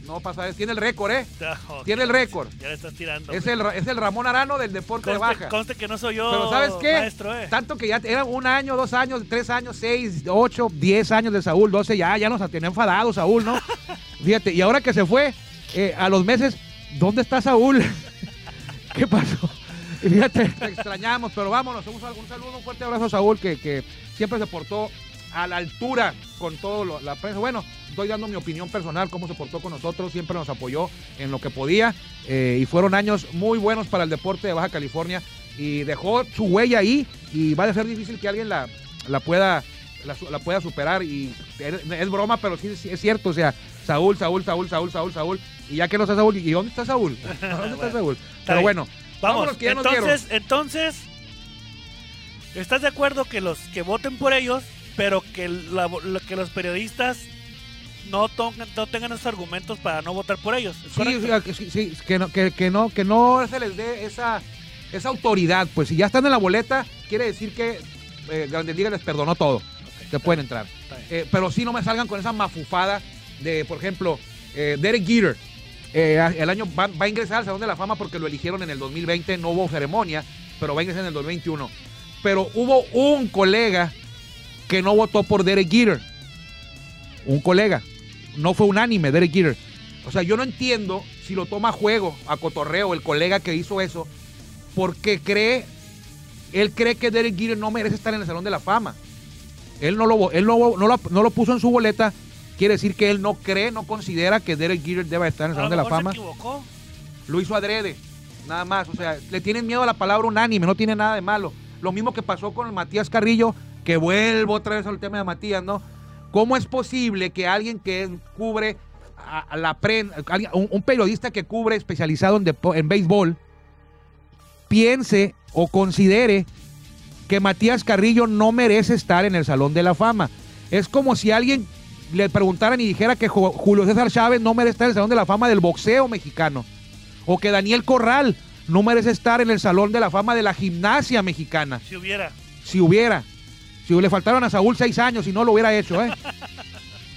[SPEAKER 2] No pasa, tiene el récord, ¿eh?
[SPEAKER 1] Ah, ok.
[SPEAKER 2] Tiene el récord.
[SPEAKER 1] Ya le estás tirando.
[SPEAKER 2] Es
[SPEAKER 1] güey.
[SPEAKER 2] el, Ra- es el Ramón Arano del deporte
[SPEAKER 1] conste,
[SPEAKER 2] de baja.
[SPEAKER 1] conste que no soy yo,
[SPEAKER 2] Pero ¿sabes qué?
[SPEAKER 1] maestro, eh.
[SPEAKER 2] Tanto que ya eran un año, dos años, tres años, seis, ocho, diez años de Saúl, doce, ya, ya nos tenía enfadado Saúl, ¿no? Fíjate, y ahora que se fue, eh, a los meses, ¿dónde está Saúl? ¿Qué pasó? Y Fíjate, te extrañamos, pero vámonos, un, sal- un saludo, un fuerte abrazo a Saúl, que, que siempre se portó a la altura con toda la prensa. Bueno, estoy dando mi opinión personal, cómo se portó con nosotros, siempre nos apoyó en lo que podía eh, y fueron años muy buenos para el deporte de Baja California y dejó su huella ahí y va a ser difícil que alguien la, la pueda la, su- la pueda superar y es, es broma, pero sí, sí es cierto, o sea, Saúl, Saúl, Saúl, Saúl, Saúl, Saúl y ya que no está Saúl, ¿y dónde está Saúl? ¿Dónde está
[SPEAKER 1] Bueno,
[SPEAKER 2] Saúl?
[SPEAKER 1] está
[SPEAKER 2] Pero
[SPEAKER 1] bien.
[SPEAKER 2] bueno,
[SPEAKER 1] Vamos,
[SPEAKER 2] vámonos, que ya nos
[SPEAKER 1] entonces, entonces, ¿estás de acuerdo que los que voten por ellos, pero que, la- lo- que los periodistas no, tongan- no tengan esos argumentos para no votar por ellos? ¿Es
[SPEAKER 2] Sí,
[SPEAKER 1] correcto?
[SPEAKER 2] o sea, que sí, sí, que no, que, que no, que no se les dé esa, esa autoridad. Pues si ya están en la boleta, quiere decir que eh, Grandes Ligas les perdonó todo.
[SPEAKER 1] Ok,
[SPEAKER 2] Se pueden entrar.
[SPEAKER 1] está bien.
[SPEAKER 2] Eh, pero sí no me salgan con esa mafufada de, por ejemplo, eh, Derek Jeter. Eh, a- el año va, va a ingresar al Salón de la Fama porque lo eligieron en el 2020, no hubo ceremonia, pero va a ingresar en el 2021. Pero hubo un colega que no votó por Derek Jeter. Un colega. No fue unánime Derek Jeter. O sea, yo no entiendo si lo toma a juego, a cotorreo, el colega que hizo eso, porque cree, él cree que Derek Jeter no merece estar en el Salón de la Fama. Él no lo, vo- él no, vo- no lo, no lo puso en su boleta. Quiere decir que él no cree, no considera que Derek Jeter deba estar en el
[SPEAKER 1] A lo
[SPEAKER 2] Salón de la
[SPEAKER 1] mejor
[SPEAKER 2] Fama.
[SPEAKER 1] se equivocó.
[SPEAKER 2] Lo hizo adrede, nada más. O sea, le tienen miedo a la palabra unánime, no tiene nada de malo. Lo mismo que pasó con el Matías Carrillo, que vuelvo otra vez al tema de Matías, ¿no? ¿Cómo es posible que alguien que es- cubre a, a la prensa, un, un periodista que cubre especializado en, depo- en béisbol, piense o considere que Matías Carrillo no merece estar en el Salón de la Fama? Es como si alguien le preguntaran y dijera que Jo- Julio César Chávez no merece estar en el Salón de la Fama del boxeo mexicano o que Daniel Corral no merece estar en el Salón de la Fama de la Gimnasia Mexicana,
[SPEAKER 1] Si hubiera.
[SPEAKER 2] si hubiera. Si le faltaron a Saúl seis años, si no lo hubiera hecho, ¿eh?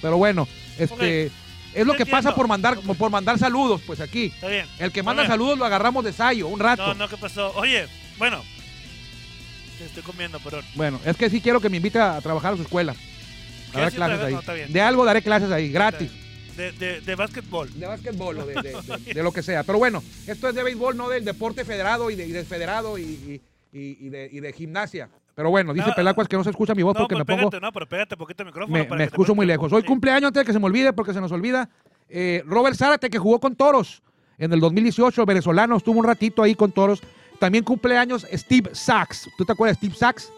[SPEAKER 2] Pero bueno, este,
[SPEAKER 1] Ok.
[SPEAKER 2] es lo
[SPEAKER 1] Yo
[SPEAKER 2] que pasa
[SPEAKER 1] entiendo.
[SPEAKER 2] por mandar, por mandar saludos, pues aquí.
[SPEAKER 1] Está bien.
[SPEAKER 2] El que
[SPEAKER 1] Está
[SPEAKER 2] manda
[SPEAKER 1] bien.
[SPEAKER 2] saludos lo agarramos de sayo, un rato.
[SPEAKER 1] No, no, ¿qué pasó? Oye, bueno. Te estoy comiendo, perdón.
[SPEAKER 2] Bueno, es que sí quiero que me invite a trabajar a su escuela. A
[SPEAKER 1] ¿Quieres
[SPEAKER 2] dar
[SPEAKER 1] ir
[SPEAKER 2] clases
[SPEAKER 1] otra vez?
[SPEAKER 2] ahí.
[SPEAKER 1] No, está bien.
[SPEAKER 2] de algo daré clases ahí,
[SPEAKER 1] Está
[SPEAKER 2] gratis.
[SPEAKER 1] bien. De, de, de básquetbol.
[SPEAKER 2] De básquetbol o de, de- de- de lo que sea. Pero bueno, esto es de béisbol, no del deporte federado y, de, y desfederado y, y- y- y de, y de gimnasia. Pero bueno, dice
[SPEAKER 1] No,
[SPEAKER 2] Pelacuas que no se escucha mi voz
[SPEAKER 1] No,
[SPEAKER 2] porque
[SPEAKER 1] pero
[SPEAKER 2] me pongo.
[SPEAKER 1] pégate, pues no, pero pégate poquito el micrófono.
[SPEAKER 2] Me,
[SPEAKER 1] para
[SPEAKER 2] me
[SPEAKER 1] que te
[SPEAKER 2] escucho
[SPEAKER 1] puedas-
[SPEAKER 2] muy lejos. Hoy
[SPEAKER 1] Sí.
[SPEAKER 2] cumpleaños antes de que se me olvide, porque se nos olvida. eh, Robert Zárate, que jugó con toros en el 2018, venezolano, estuvo un ratito ahí con toros. También cumpleaños Steve Sachs. ¿Tú te acuerdas de Steve Sachs?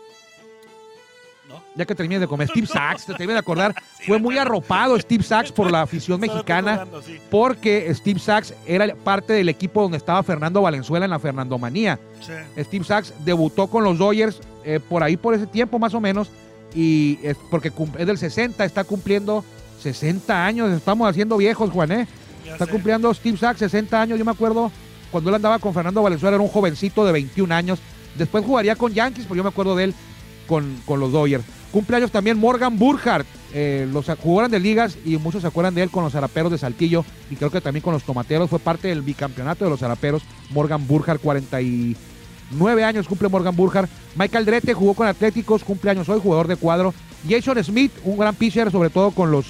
[SPEAKER 1] No.
[SPEAKER 2] Ya que termines de comer. Steve Sachs, te terminé de acordar.
[SPEAKER 1] Sí,
[SPEAKER 2] Fue
[SPEAKER 1] me
[SPEAKER 2] muy
[SPEAKER 1] acuerdo.
[SPEAKER 2] arropado Steve Sachs por la afición
[SPEAKER 1] Solo estoy
[SPEAKER 2] mexicana
[SPEAKER 1] jugando, sí.
[SPEAKER 2] porque Steve Sachs era parte del equipo donde estaba Fernando Valenzuela en la Fernandomanía.
[SPEAKER 1] Sí.
[SPEAKER 2] Steve Sachs debutó con los Dodgers eh, por ahí por ese tiempo más o menos y es porque cum- es del 60, está cumpliendo 60 años, estamos haciendo viejos, Juan, ¿eh?
[SPEAKER 1] Ya
[SPEAKER 2] Está
[SPEAKER 1] sé.
[SPEAKER 2] cumpliendo Steve Sachs 60 años, yo me acuerdo cuando él andaba con Fernando Valenzuela, era un jovencito de 21 años. Después jugaría con Yankees, pero yo me acuerdo de él con, con los Dodgers. Cumpleaños también Morgan Burkhardt. eh, los jugadores de ligas y muchos se acuerdan de él con los zaraperos de Saltillo y creo que también con los tomateros. Fue parte del bicampeonato de los zaraperos. Morgan Burkhardt, 49 años cumple Morgan Burkhardt. Michael Drete jugó con Atléticos, cumpleaños hoy, jugador de cuadro. Jason Smith, un gran pitcher, sobre todo con los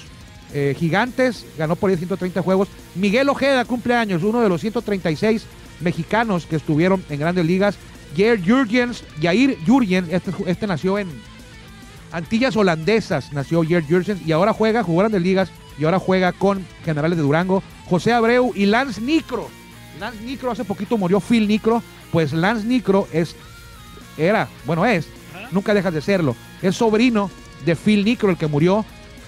[SPEAKER 2] eh, gigantes, ganó por ahí 130 juegos. Miguel Ojeda, cumpleaños, uno de los 136 mexicanos que estuvieron en grandes ligas. Jair Jurgens, Jair Jurgens, este, este nació en, Antillas holandesas nació Jair Jurgens y ahora juega, jugó grandes ligas y ahora juega con Generales de Durango, José Abreu y Lance Nicro. Lance Nicro hace poquito murió Phil Nicro, pues Lance Nicro es, era, bueno es,
[SPEAKER 1] Ajá.
[SPEAKER 2] nunca dejas de serlo, es sobrino de Phil Nicro el que murió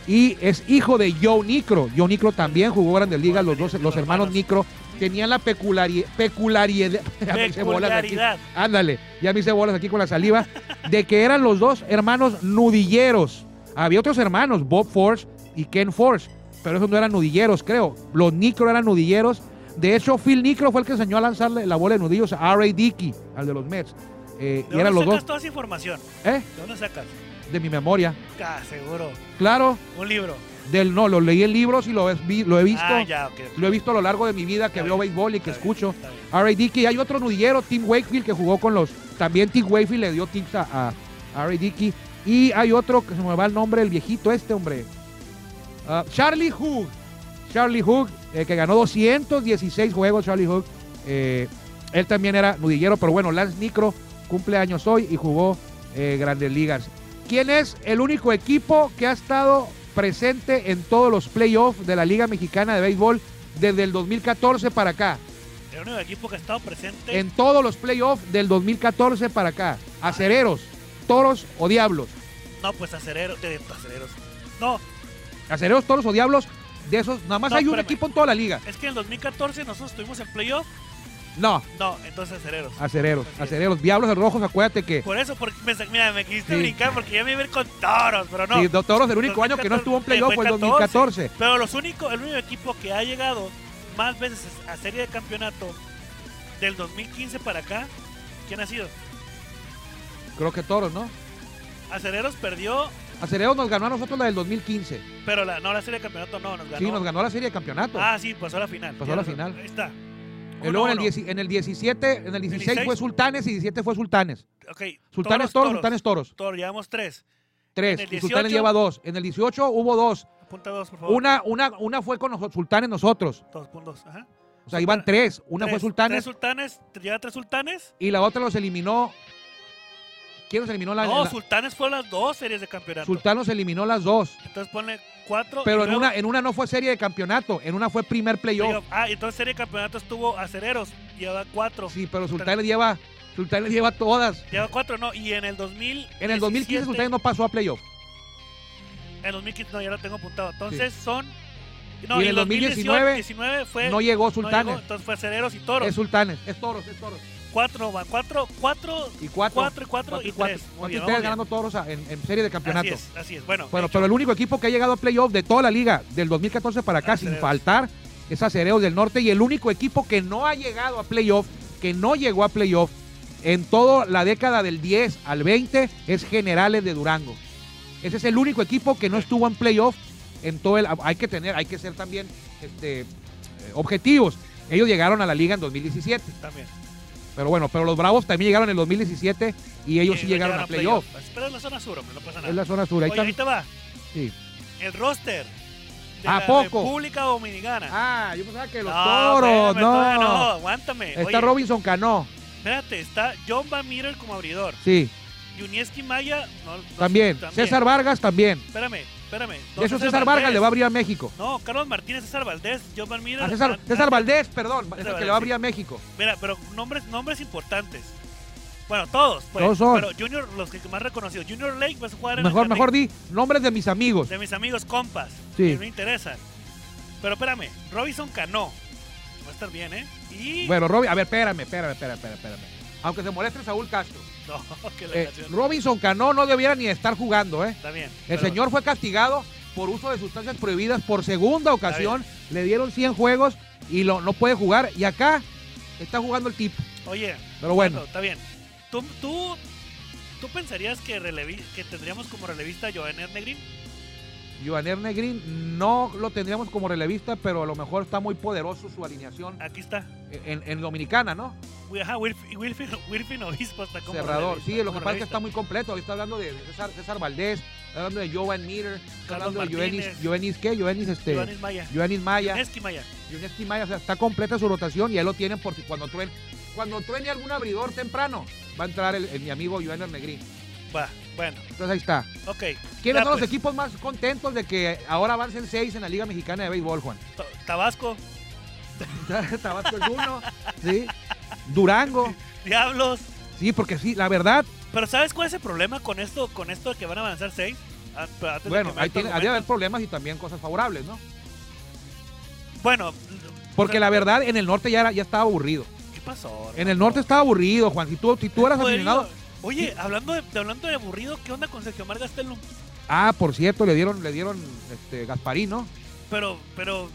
[SPEAKER 2] y es hijo de Joe Nicro. Joe Nicro también jugó grandes ligas, los dos, los hermanos Nicro tenían la peculari- peculiaridad, ya me hice bolas aquí.
[SPEAKER 1] Peculiaridad.
[SPEAKER 2] Ándale, ya me hice bolas aquí con la saliva. De que eran los dos hermanos nudilleros. Había otros hermanos, Bob Force y Ken Force, pero esos no eran nudilleros, creo. Los Nicro eran nudilleros. De hecho, Phil Nicro fue el que enseñó a lanzarle la bola de nudillos a R.A. Dickey, al de los Mets. Eh,
[SPEAKER 1] ¿De
[SPEAKER 2] y
[SPEAKER 1] dónde
[SPEAKER 2] eran los
[SPEAKER 1] sacas
[SPEAKER 2] dos,
[SPEAKER 1] toda esa información?
[SPEAKER 2] ¿eh?
[SPEAKER 1] ¿De dónde sacas?
[SPEAKER 2] De mi memoria.
[SPEAKER 1] Ah, seguro.
[SPEAKER 2] Claro,
[SPEAKER 1] Un libro.
[SPEAKER 2] del no, lo leí en libros y lo, ves- vi- lo he visto.
[SPEAKER 1] Ah, ya, ok. ok.
[SPEAKER 2] Lo he visto a lo largo de mi vida que
[SPEAKER 1] Está
[SPEAKER 2] veo
[SPEAKER 1] bien,
[SPEAKER 2] béisbol y que
[SPEAKER 1] está bien,
[SPEAKER 2] escucho.
[SPEAKER 1] está bien.
[SPEAKER 2] R.A. Dickey. Hay otro nudillero, Tim Wakefield, que jugó con los. También Tim Wakefield le dio tips a, a R.A. Dickey. Y hay otro que se me va el nombre, el viejito este, hombre. Ah, Charlie Hook. Charlie Hook, eh, que ganó 216 juegos, Charlie Hook. Eh, él también era nudillero, pero bueno, Lance Nicro cumple años hoy y jugó eh, grandes ligas. ¿Quién es el único equipo que ha estado presente en todos los playoffs de la Liga Mexicana de Béisbol desde el 2014 para acá?
[SPEAKER 1] El único equipo que ha estado presente.
[SPEAKER 2] en todos los playoffs del 2014 para acá. Acereros, toros o diablos.
[SPEAKER 1] No, pues acereros. De, acereros. No,
[SPEAKER 2] Acereros, toros o diablos. De esos, nada más
[SPEAKER 1] No,
[SPEAKER 2] hay un
[SPEAKER 1] espérame.
[SPEAKER 2] equipo en toda la liga.
[SPEAKER 1] es que en el 2014 nosotros estuvimos en playoff.
[SPEAKER 2] No,
[SPEAKER 1] No, entonces acereros.
[SPEAKER 2] acereros,
[SPEAKER 1] Así es.
[SPEAKER 2] acereros. Diablos rojos, acuérdate que.
[SPEAKER 1] Por eso, porque me, sa- mira, me quisiste
[SPEAKER 2] Sí.
[SPEAKER 1] brincar porque ya me iba a ir con toros, pero no.
[SPEAKER 2] sí, do- toros, el único año que no estuvo en playoff fue el 2014.
[SPEAKER 1] Pero los únicos, el único equipo que ha llegado más veces a serie de campeonato del 2015 para acá, ¿quién ha sido?
[SPEAKER 2] Creo que toros, ¿no?
[SPEAKER 1] Acereros perdió,
[SPEAKER 2] Acereros nos ganó a nosotros la del 2015.
[SPEAKER 1] pero la, no, la serie de campeonato no, nos ganó.
[SPEAKER 2] Sí, nos ganó la serie de campeonato.
[SPEAKER 1] Ah, sí, pasó a la final.
[SPEAKER 2] Pasó a la
[SPEAKER 1] Tienes
[SPEAKER 2] final.
[SPEAKER 1] razón. Ahí está.
[SPEAKER 2] Y luego en el,
[SPEAKER 1] 10.
[SPEAKER 2] dieci- en el 17, en el 16 fue
[SPEAKER 1] 16.
[SPEAKER 2] Sultanes y 17 fue Sultanes. Sultanes toros, Sultanes toros.
[SPEAKER 1] Toro, llevamos tres.
[SPEAKER 2] Tres.
[SPEAKER 1] En el
[SPEAKER 2] Y Sultanes
[SPEAKER 1] 18.
[SPEAKER 2] lleva dos. En el 18 hubo dos.
[SPEAKER 1] Punta dos, por favor.
[SPEAKER 2] Una, una, una fue con los sultanes nosotros.
[SPEAKER 1] Dos puntos. Ajá.
[SPEAKER 2] O sea, iban tres. Una fue
[SPEAKER 1] Tres- Tres
[SPEAKER 2] sultanes
[SPEAKER 1] sultanes, te- lleva tres sultanes.
[SPEAKER 2] y la otra los eliminó. ¿Quién los eliminó la,
[SPEAKER 1] No,
[SPEAKER 2] la-
[SPEAKER 1] sultanes fueron las dos series de campeonato.
[SPEAKER 2] Sultán los eliminó las dos.
[SPEAKER 1] Entonces ponle cuatro. y
[SPEAKER 2] Pero en
[SPEAKER 1] luego-
[SPEAKER 2] una, en una no fue serie de campeonato, en una fue primer playoff.
[SPEAKER 1] Playoff. Ah, entonces serie de campeonato estuvo Acereros, lleva cuatro.
[SPEAKER 2] Sí, pero Sultanes lleva, Sultanes lleva todas.
[SPEAKER 1] Lleva cuatro, no. Y en el 2000.
[SPEAKER 2] En el 2015 Sultanes no pasó a playoff.
[SPEAKER 1] En el 2015 no, ya lo tengo apuntado. Entonces son.
[SPEAKER 2] Y en el 2019
[SPEAKER 1] 2019 fue.
[SPEAKER 2] No llegó
[SPEAKER 1] Pues, no llegó,
[SPEAKER 2] Sultanes.
[SPEAKER 1] entonces fue Acereros y Toros.
[SPEAKER 2] es Sultanes. Es toros, es toros.
[SPEAKER 1] Cuatro, va, cuatro, cuatro,
[SPEAKER 2] Y cuatro.
[SPEAKER 1] cuatro y cuatro,
[SPEAKER 2] cuatro
[SPEAKER 1] y
[SPEAKER 2] cuatro.
[SPEAKER 1] tres.
[SPEAKER 2] Cuatro
[SPEAKER 1] Muy bien,
[SPEAKER 2] y tres
[SPEAKER 1] vamos bien.
[SPEAKER 2] ganando toros a- en, en serie de campeonato.
[SPEAKER 1] Así es, así es. Bueno,
[SPEAKER 2] Bueno,
[SPEAKER 1] hecho.
[SPEAKER 2] pero el único equipo que ha llegado a playoff de toda la liga, del 2014 para acá, sin
[SPEAKER 1] Acereros.
[SPEAKER 2] faltar, es Acereos del Norte. Y el único equipo que no ha llegado a playoff, que no llegó a playoff en toda la década del 10 al 20, es Generales de Durango. Ese es el único equipo que no estuvo en playoff en todo el. Hay que tener, hay que ser también este, eh, objetivos. Ellos llegaron a la liga en 2017.
[SPEAKER 1] también.
[SPEAKER 2] Pero bueno, pero los Bravos también llegaron en el 2017 y ellos sí
[SPEAKER 1] Eh,
[SPEAKER 2] llegaron a playoff.
[SPEAKER 1] Pero es la zona sur, hombre, no pasa nada.
[SPEAKER 2] Es la zona sur. Ahí
[SPEAKER 1] Oye,
[SPEAKER 2] está-
[SPEAKER 1] ahí te va.
[SPEAKER 2] sí.
[SPEAKER 1] El roster de
[SPEAKER 2] ¿A
[SPEAKER 1] la
[SPEAKER 2] poco?
[SPEAKER 1] República Dominicana.
[SPEAKER 2] Ah, yo pensaba que los
[SPEAKER 1] No,
[SPEAKER 2] toros,
[SPEAKER 1] espérame,
[SPEAKER 2] no.
[SPEAKER 1] todavía no, aguántame.
[SPEAKER 2] Está
[SPEAKER 1] Oye,
[SPEAKER 2] Robinson Cano,
[SPEAKER 1] Espérate, está John Van Mirel como abridor.
[SPEAKER 2] sí,
[SPEAKER 1] Yunieski Maya, no, no sé,
[SPEAKER 2] también. César Vargas también.
[SPEAKER 1] Espérame, espérame. No,
[SPEAKER 2] De hecho, César Vargas le va a abrir a México.
[SPEAKER 1] No, Carlos Martínez, César Valdés, John Van Mirel.
[SPEAKER 2] A César,
[SPEAKER 1] An-
[SPEAKER 2] César
[SPEAKER 1] An-
[SPEAKER 2] Valdés, perdón, es el
[SPEAKER 1] Valdés,
[SPEAKER 2] que le va a
[SPEAKER 1] sí.
[SPEAKER 2] abrir a México.
[SPEAKER 1] Mira, pero nombres, nombres importantes. Bueno, todos, pues.
[SPEAKER 2] Todos son.
[SPEAKER 1] Pero Junior, los que más reconocidos. Junior Lake va a jugar en
[SPEAKER 2] Mejor,
[SPEAKER 1] el
[SPEAKER 2] mejor di nombres de mis amigos.
[SPEAKER 1] de mis amigos compas.
[SPEAKER 2] Sí.
[SPEAKER 1] Que me interesan. Pero espérame, Robinson Cano. Va a estar bien, ¿eh? Y.
[SPEAKER 2] Bueno, Robin, a ver, espérame, espérame, espérame, espérame, espérame. Aunque se moleste Saúl Castro.
[SPEAKER 1] No, que la
[SPEAKER 2] eh,
[SPEAKER 1] canción.
[SPEAKER 2] Robinson Cano no debiera ni estar jugando, ¿eh?
[SPEAKER 1] Está bien.
[SPEAKER 2] El
[SPEAKER 1] perdón.
[SPEAKER 2] señor fue castigado por uso de sustancias prohibidas por segunda ocasión. Le dieron 100 juegos y lo, no puede jugar. Y acá está jugando el tipo.
[SPEAKER 1] Oye,
[SPEAKER 2] Pero bueno.
[SPEAKER 1] está bien. Tú, tú ¿Tú pensarías que, relevi- que tendríamos como relevista a Joaner Negrín?
[SPEAKER 2] Joan Negrín no lo tendríamos como relevista, pero a lo mejor está muy poderoso su alineación
[SPEAKER 1] Aquí está.
[SPEAKER 2] en, en Dominicana, ¿no?
[SPEAKER 1] Wi- Ajá, Wilfin, Wilfin, Wilfin Obispo está como
[SPEAKER 2] Cerrador.
[SPEAKER 1] relevista,
[SPEAKER 2] Sí, lo
[SPEAKER 1] como
[SPEAKER 2] que pasa es que
[SPEAKER 1] relevista.
[SPEAKER 2] está muy completo. Ahí está hablando de César, César Valdés, está hablando de Jovan Meter, está
[SPEAKER 1] Carlos
[SPEAKER 2] hablando de
[SPEAKER 1] Martínez.
[SPEAKER 2] Joenis, Joenis, ¿qué? Joenis, este,
[SPEAKER 1] Joanis Maya.
[SPEAKER 2] Joanis Maya.
[SPEAKER 1] Joaneski Maya.
[SPEAKER 2] Yuneski Maya, o sea, está completa su rotación y ahí lo tienen por si cuando truene, cuando truene algún abridor temprano, va a entrar el, el- mi amigo Joan Negrín.
[SPEAKER 1] Va, bueno,
[SPEAKER 2] Entonces ahí está.
[SPEAKER 1] ok.
[SPEAKER 2] ¿Quiénes
[SPEAKER 1] Ya,
[SPEAKER 2] son los
[SPEAKER 1] pues,
[SPEAKER 2] equipos más contentos de que ahora avancen seis en la Liga Mexicana de Béisbol, Juan?
[SPEAKER 1] Ta- Tabasco,
[SPEAKER 2] Tabasco es uno, ¿sí? Durango,
[SPEAKER 1] Diablos.
[SPEAKER 2] sí, porque sí, la verdad,
[SPEAKER 1] Pero ¿sabes cuál es el problema con esto, con esto de que van a avanzar seis? Ah, pero antes de
[SPEAKER 2] bueno,
[SPEAKER 1] que me
[SPEAKER 2] ahí tiene,
[SPEAKER 1] argumento-
[SPEAKER 2] habría de haber problemas y también cosas favorables, ¿no?
[SPEAKER 1] Bueno,
[SPEAKER 2] Porque la verdad, en el norte ya, era- ya estaba aburrido.
[SPEAKER 1] ¿qué pasó?
[SPEAKER 2] En el norte estaba aburrido, Juan. Si tú, si tú eras aficionado,
[SPEAKER 1] Oye, hablando de, de- hablando de aburrido, ¿qué onda con Sergio Omar Gastelum?
[SPEAKER 2] ah, por cierto, le dieron, le dieron este, Gasparín, ¿no?
[SPEAKER 1] Pero, pero,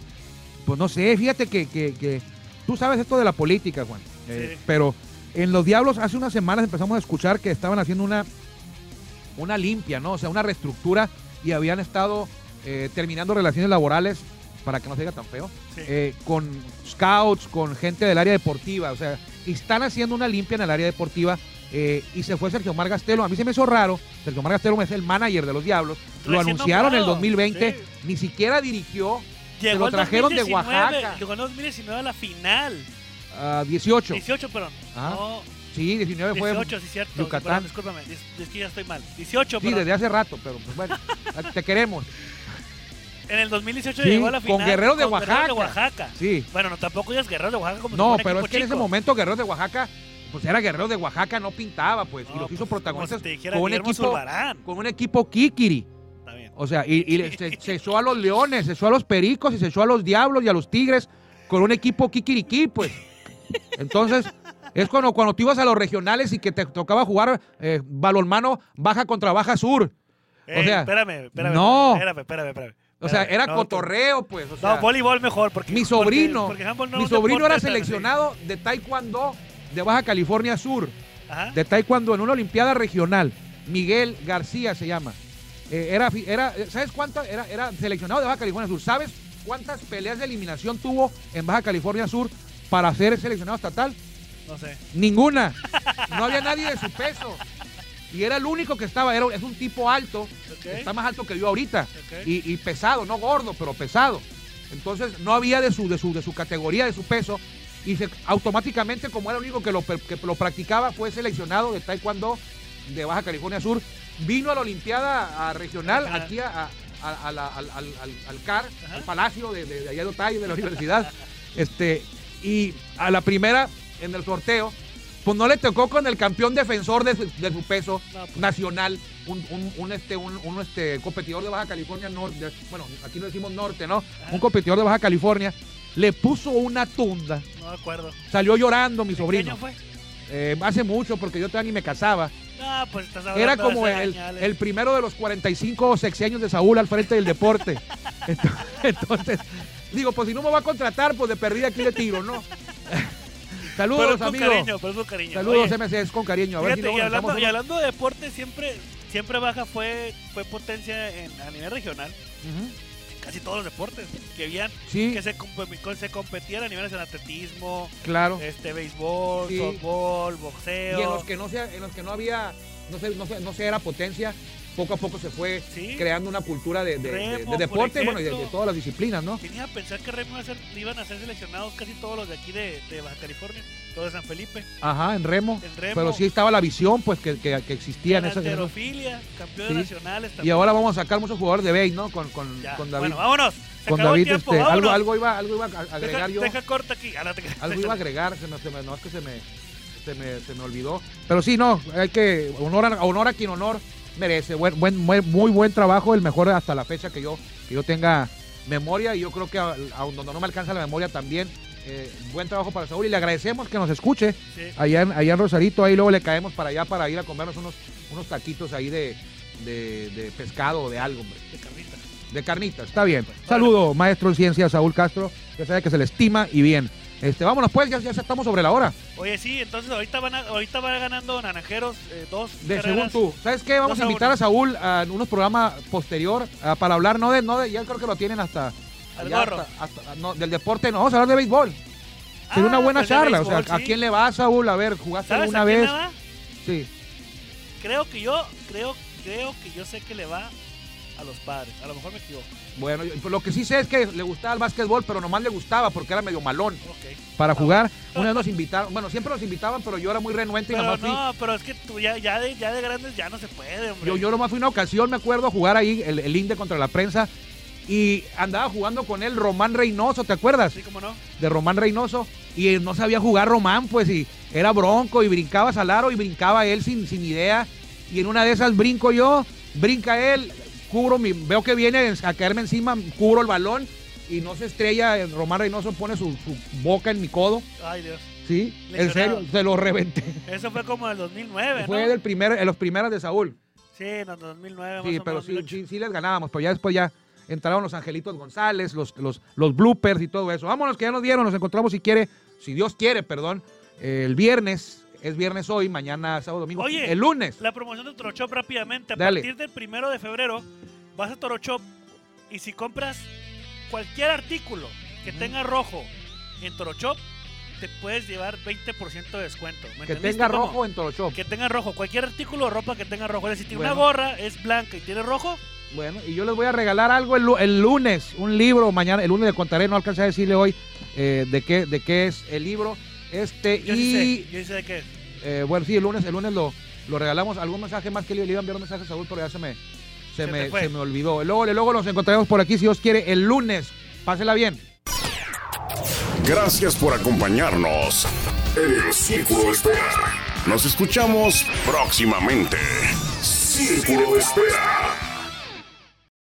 [SPEAKER 2] Pues no sé, fíjate que, que- que tú sabes esto de la política, Juan. Eh,
[SPEAKER 1] Sí.
[SPEAKER 2] Pero en Los Diablos hace unas semanas empezamos a escuchar que estaban haciendo una, una limpia, ¿no? O sea, una reestructura y habían estado eh, terminando relaciones laborales, para que no se diga tan feo,
[SPEAKER 1] sí.
[SPEAKER 2] eh, con scouts, con gente del área deportiva. O sea, y están haciendo una limpia en el área deportiva. eh, y se fue Sergio Omar Gastelum. A mí se me hizo raro. Sergio Omar Gastelum es el manager de los Diablos. Lo
[SPEAKER 1] Recién
[SPEAKER 2] anunciaron en el
[SPEAKER 1] nombrado,
[SPEAKER 2] 2020.
[SPEAKER 1] sí.
[SPEAKER 2] Ni siquiera dirigió
[SPEAKER 1] llegó
[SPEAKER 2] lo
[SPEAKER 1] al
[SPEAKER 2] trajeron de
[SPEAKER 1] 2019,
[SPEAKER 2] Oaxaca.
[SPEAKER 1] Llegó en 2019 a la final.
[SPEAKER 2] a 18.
[SPEAKER 1] 18, perdón.
[SPEAKER 2] Ah.
[SPEAKER 1] No,
[SPEAKER 2] Sí, 19 fue.
[SPEAKER 1] 18, sí, cierto.
[SPEAKER 2] Yucatán.
[SPEAKER 1] Perdón, discúlpame, es es que ya estoy mal. 18,
[SPEAKER 2] Sí,
[SPEAKER 1] perdón.
[SPEAKER 2] desde hace rato, pero pues bueno, te queremos.
[SPEAKER 1] En el 2018
[SPEAKER 2] Sí,
[SPEAKER 1] llegó a la
[SPEAKER 2] con
[SPEAKER 1] final.
[SPEAKER 2] Guerreros de
[SPEAKER 1] Guerreros
[SPEAKER 2] Oaxaca.
[SPEAKER 1] Oaxaca.
[SPEAKER 2] Sí.
[SPEAKER 1] Bueno, no, tampoco ellos Guerreros de Oaxaca como si
[SPEAKER 2] No,
[SPEAKER 1] fuera un
[SPEAKER 2] pero es
[SPEAKER 1] equipo
[SPEAKER 2] que en ese
[SPEAKER 1] chico.
[SPEAKER 2] momento Guerreros de Oaxaca, pues era Guerreros de Oaxaca, no pintaba, pues. y
[SPEAKER 1] No,
[SPEAKER 2] los hizo
[SPEAKER 1] pues,
[SPEAKER 2] protagonistas
[SPEAKER 1] como si te dijera
[SPEAKER 2] con, un
[SPEAKER 1] Guillermo
[SPEAKER 2] equipo,
[SPEAKER 1] Zurbarán.
[SPEAKER 2] con un equipo Kikiri.
[SPEAKER 1] Está bien.
[SPEAKER 2] O sea, y, y le- se, se echó a los leones, se echó a los pericos y se echó a los diablos y a los tigres con un equipo Kikiriki, pues. Entonces, es cuando, cuando tú ibas a los regionales y que te tocaba jugar eh, balonmano baja contra baja sur.
[SPEAKER 1] Ey,
[SPEAKER 2] sea,
[SPEAKER 1] Eh, espérame, espérame.
[SPEAKER 2] no.
[SPEAKER 1] Espérame, espérame, espérame.
[SPEAKER 2] O sea,
[SPEAKER 1] espérame.
[SPEAKER 2] era
[SPEAKER 1] Eh, No,
[SPEAKER 2] cotorreo, pues. o
[SPEAKER 1] tú-
[SPEAKER 2] sea.
[SPEAKER 1] No, voleibol mejor. Porque,
[SPEAKER 2] Mi sobrino,
[SPEAKER 1] porque- porque handball no
[SPEAKER 2] Mi
[SPEAKER 1] es un
[SPEAKER 2] sobrino
[SPEAKER 1] deporte
[SPEAKER 2] era
[SPEAKER 1] tan así.
[SPEAKER 2] seleccionado de Taekwondo de Baja California Sur,
[SPEAKER 1] Ajá.
[SPEAKER 2] de Taekwondo en una Olimpiada regional. Miguel García se llama. Eh, era, fi- era, eh, ¿Sabes cuántas? Era, era seleccionado de Baja California Sur. ¿Sabes cuántas peleas de eliminación tuvo en Baja California Sur para ser seleccionado estatal?
[SPEAKER 1] No sé.
[SPEAKER 2] Ninguna. No había nadie de su peso. Y era el único que estaba. Era, es un tipo alto.
[SPEAKER 1] Ok.
[SPEAKER 2] Está más alto que yo ahorita.
[SPEAKER 1] Ok.
[SPEAKER 2] Y, y pesado, no gordo, pero pesado. Entonces no había de su, de su, de su categoría, de su peso. Y se- automáticamente, como era el único que lo, per- que lo practicaba, fue seleccionado de Taekwondo de Baja California Sur. Vino a la Olimpiada a regional,
[SPEAKER 1] Ajá.
[SPEAKER 2] aquí a- a- a la- al, al- al- al CAR,
[SPEAKER 1] Ajá.
[SPEAKER 2] al Palacio de, de, de allá de Otay, de la universidad. este, y a la primera, en el sorteo, pues no le tocó con el campeón defensor de su, de su peso
[SPEAKER 1] No, pues.
[SPEAKER 2] nacional, un, un- un, este, un, un, este, competidor de Baja California Norte, de- bueno, aquí no decimos norte, ¿no? Un competidor de Baja California, le puso una tunda,
[SPEAKER 1] No me acuerdo.
[SPEAKER 2] salió llorando mi
[SPEAKER 1] ¿Qué año
[SPEAKER 2] sobrino.
[SPEAKER 1] fue?
[SPEAKER 2] Eh, hace mucho, porque yo todavía ni me casaba.
[SPEAKER 1] No, pues estás hablando
[SPEAKER 2] Era
[SPEAKER 1] de
[SPEAKER 2] como
[SPEAKER 1] hace
[SPEAKER 2] el,
[SPEAKER 1] años,
[SPEAKER 2] el primero de los 45 o años de Saúl al frente del deporte. Ento- Entonces, digo, pues si no me va a contratar, pues de perdida aquí le tiro, ¿no?
[SPEAKER 1] Pero
[SPEAKER 2] Saludos,
[SPEAKER 1] es con
[SPEAKER 2] amigos.
[SPEAKER 1] cariño, pero es con cariño.
[SPEAKER 2] Saludos,
[SPEAKER 1] Oye,
[SPEAKER 2] MCS, con cariño. A ver si
[SPEAKER 1] Fíjate, y,
[SPEAKER 2] luego nos
[SPEAKER 1] hablando,
[SPEAKER 2] damos
[SPEAKER 1] y
[SPEAKER 2] uno.
[SPEAKER 1] hablando de deporte, siempre, siempre Baja fue, fue potencia en, a nivel regional,
[SPEAKER 2] Ujú.
[SPEAKER 1] en casi todos los deportes que habían,
[SPEAKER 2] Sí,
[SPEAKER 1] que se, comp- se competían a niveles en atletismo,
[SPEAKER 2] claro.
[SPEAKER 1] este, béisbol,
[SPEAKER 2] Sí.
[SPEAKER 1] softball,
[SPEAKER 2] Y
[SPEAKER 1] boxeo.
[SPEAKER 2] en los que no, sea, en los que no había, no sé, no sé, no sé, era potencia, poco a poco se fue
[SPEAKER 1] Sí.
[SPEAKER 2] creando una cultura de, de- de- de
[SPEAKER 1] Remo, por
[SPEAKER 2] deporte, bueno, y de, de
[SPEAKER 1] ejemplo.
[SPEAKER 2] todas las disciplinas, ¿no?
[SPEAKER 1] Tenía a pensar que Remo iba a ser- iban a ser seleccionados casi todos los de aquí de, de Baja California, todos de San Felipe,
[SPEAKER 2] Ajá, en remo.
[SPEAKER 1] en Remo,
[SPEAKER 2] Pero sí estaba la visión, pues, que, que, que existía
[SPEAKER 1] en
[SPEAKER 2] en esas- en esas-
[SPEAKER 1] halterofilia, campeones
[SPEAKER 2] Sí.
[SPEAKER 1] nacionales
[SPEAKER 2] Y
[SPEAKER 1] también.
[SPEAKER 2] ahora vamos a sacar muchos jugadores de base, ¿no? Con, con,
[SPEAKER 1] Ya.
[SPEAKER 2] con David.
[SPEAKER 1] Bueno, vámonos. Se
[SPEAKER 2] con
[SPEAKER 1] acabó
[SPEAKER 2] David,
[SPEAKER 1] el tiempo,
[SPEAKER 2] este, algo,
[SPEAKER 1] vámonos.
[SPEAKER 2] algo, iba, algo iba a agregar
[SPEAKER 1] deja,
[SPEAKER 2] yo.
[SPEAKER 1] deja corta aquí. Ah, no te creas.
[SPEAKER 2] Algo iba a agregar, se me, se me, no, es que se me, se, me, se me olvidó. Pero sí, no, hay que honor a, honor a quien honor merece. Buen, buen, buen- muy buen trabajo, el mejor hasta la fecha que yo, que yo tenga memoria. Y yo creo que a- aun donde no me alcanza la memoria también, eh, buen trabajo para Saúl. Y le agradecemos que nos escuche
[SPEAKER 1] Sí.
[SPEAKER 2] allá en, allá en Rosarito. Ahí luego le caemos para allá para ir a comernos unos, unos taquitos ahí de, de, de pescado o de algo, hombre.
[SPEAKER 1] de carnita.
[SPEAKER 2] De carnitas, está bien. Saludo, maestro en ciencia Saúl Castro, que sabe que se le estima y bien. Este, vámonos pues, ya, ya estamos sobre la hora.
[SPEAKER 1] Oye, sí, entonces ahorita van, a- ahorita van ganando Naranjeros eh, dos
[SPEAKER 2] De según
[SPEAKER 1] carreras.
[SPEAKER 2] tú. ¿Sabes qué? Vamos
[SPEAKER 1] Dos
[SPEAKER 2] a
[SPEAKER 1] a
[SPEAKER 2] invitar
[SPEAKER 1] uno.
[SPEAKER 2] a Saúl a unos programas posterior ah, para hablar, no de, no de, ya creo que lo tienen hasta.
[SPEAKER 1] Al
[SPEAKER 2] allá,
[SPEAKER 1] gorro.
[SPEAKER 2] hasta- hasta- no, del deporte, no, vamos a hablar de béisbol. Sería una
[SPEAKER 1] Ah,
[SPEAKER 2] buena
[SPEAKER 1] pues de
[SPEAKER 2] charla. o
[SPEAKER 1] béisbol,
[SPEAKER 2] sea, ¿a
[SPEAKER 1] sí.
[SPEAKER 2] quién le va, Saúl? A ver, ¿jugaste
[SPEAKER 1] ¿Sabes
[SPEAKER 2] alguna
[SPEAKER 1] a quién
[SPEAKER 2] vez?
[SPEAKER 1] le va?
[SPEAKER 2] Sí.
[SPEAKER 1] Creo que yo, creo, creo que yo sé que le va a los padres. A lo mejor me equivoco.
[SPEAKER 2] Bueno, yo- pues, lo que sí sé es que le gustaba el básquetbol, pero nomás le gustaba porque era medio malón
[SPEAKER 1] Ok.
[SPEAKER 2] para jugar. Una vez nos invitaron, bueno, siempre nos invitaban, pero yo era muy renuente y
[SPEAKER 1] Pero
[SPEAKER 2] nomás fui.
[SPEAKER 1] no, pero es que tú ya, ya, de, ya de grandes ya no se puede, hombre.
[SPEAKER 2] Yo, yo nomás fui una ocasión, me acuerdo, a jugar ahí el, el Inde contra la prensa y andaba jugando con él Román Reynoso, ¿te acuerdas?
[SPEAKER 1] Sí, cómo no.
[SPEAKER 2] de Román Reynoso y él no sabía jugar Román, pues y era bronco y brincaba Salaro y brincaba él sin, sin idea y en una de esas brinco yo, brinca él, cubro mi, veo que viene a caerme encima, cubro el balón y no se estrella, eh, Román Reynoso pone su, su boca en mi codo,
[SPEAKER 1] Ay, Dios.
[SPEAKER 2] ¿sí?
[SPEAKER 1] Lesionado.
[SPEAKER 2] En serio, se lo reventé.
[SPEAKER 1] Eso fue como en el 2009, ¿no?
[SPEAKER 2] Fue del primer, en los primeros de Saúl.
[SPEAKER 1] Sí, en el 2009
[SPEAKER 2] Sí,
[SPEAKER 1] más o
[SPEAKER 2] pero
[SPEAKER 1] menos,
[SPEAKER 2] sí,
[SPEAKER 1] 2008.
[SPEAKER 2] sí, sí les ganábamos, pero ya después ya entraron los Angelitos González, los, los, los bloopers y todo eso. Vámonos, que ya nos dieron, nos encontramos si quiere, si Dios quiere, perdón, eh, el viernes, es viernes hoy, mañana, sábado, domingo,
[SPEAKER 1] Oye,
[SPEAKER 2] el lunes.
[SPEAKER 1] La promoción de Torochop rápidamente. A
[SPEAKER 2] Dale.
[SPEAKER 1] partir del primero de febrero vas a Torochop y si compras cualquier artículo que tenga rojo en Torochop, te puedes llevar 20% de descuento. ¿Me
[SPEAKER 2] Que
[SPEAKER 1] entendiste?
[SPEAKER 2] tenga
[SPEAKER 1] ¿Cómo?
[SPEAKER 2] rojo en Toroshop.
[SPEAKER 1] Que tenga rojo. Cualquier artículo de ropa que tenga rojo. Es decir, si tiene una
[SPEAKER 2] Bueno.
[SPEAKER 1] gorra, es blanca y tiene rojo,
[SPEAKER 2] Bueno, y yo les voy a regalar algo el, lu- el lunes, un libro, mañana, el lunes le contaré, no alcancé a decirle hoy eh, de, qué, de qué es el libro. Este,
[SPEAKER 1] yo
[SPEAKER 2] y
[SPEAKER 1] sí sé. Yo sí sé de qué es.
[SPEAKER 2] Eh, bueno, sí, el lunes, el lunes lo, lo regalamos. Algún mensaje más que le, le iba a enviar un mensaje a Saúl, pero ya se me, se
[SPEAKER 1] Se te
[SPEAKER 2] me,
[SPEAKER 1] fue.
[SPEAKER 2] se me olvidó. Luego, luego nos encontraremos por aquí, si Dios quiere, el lunes. Pásela bien.
[SPEAKER 3] Gracias por acompañarnos en el Círculo de Espera. Nos escuchamos próximamente. Círculo de Espera.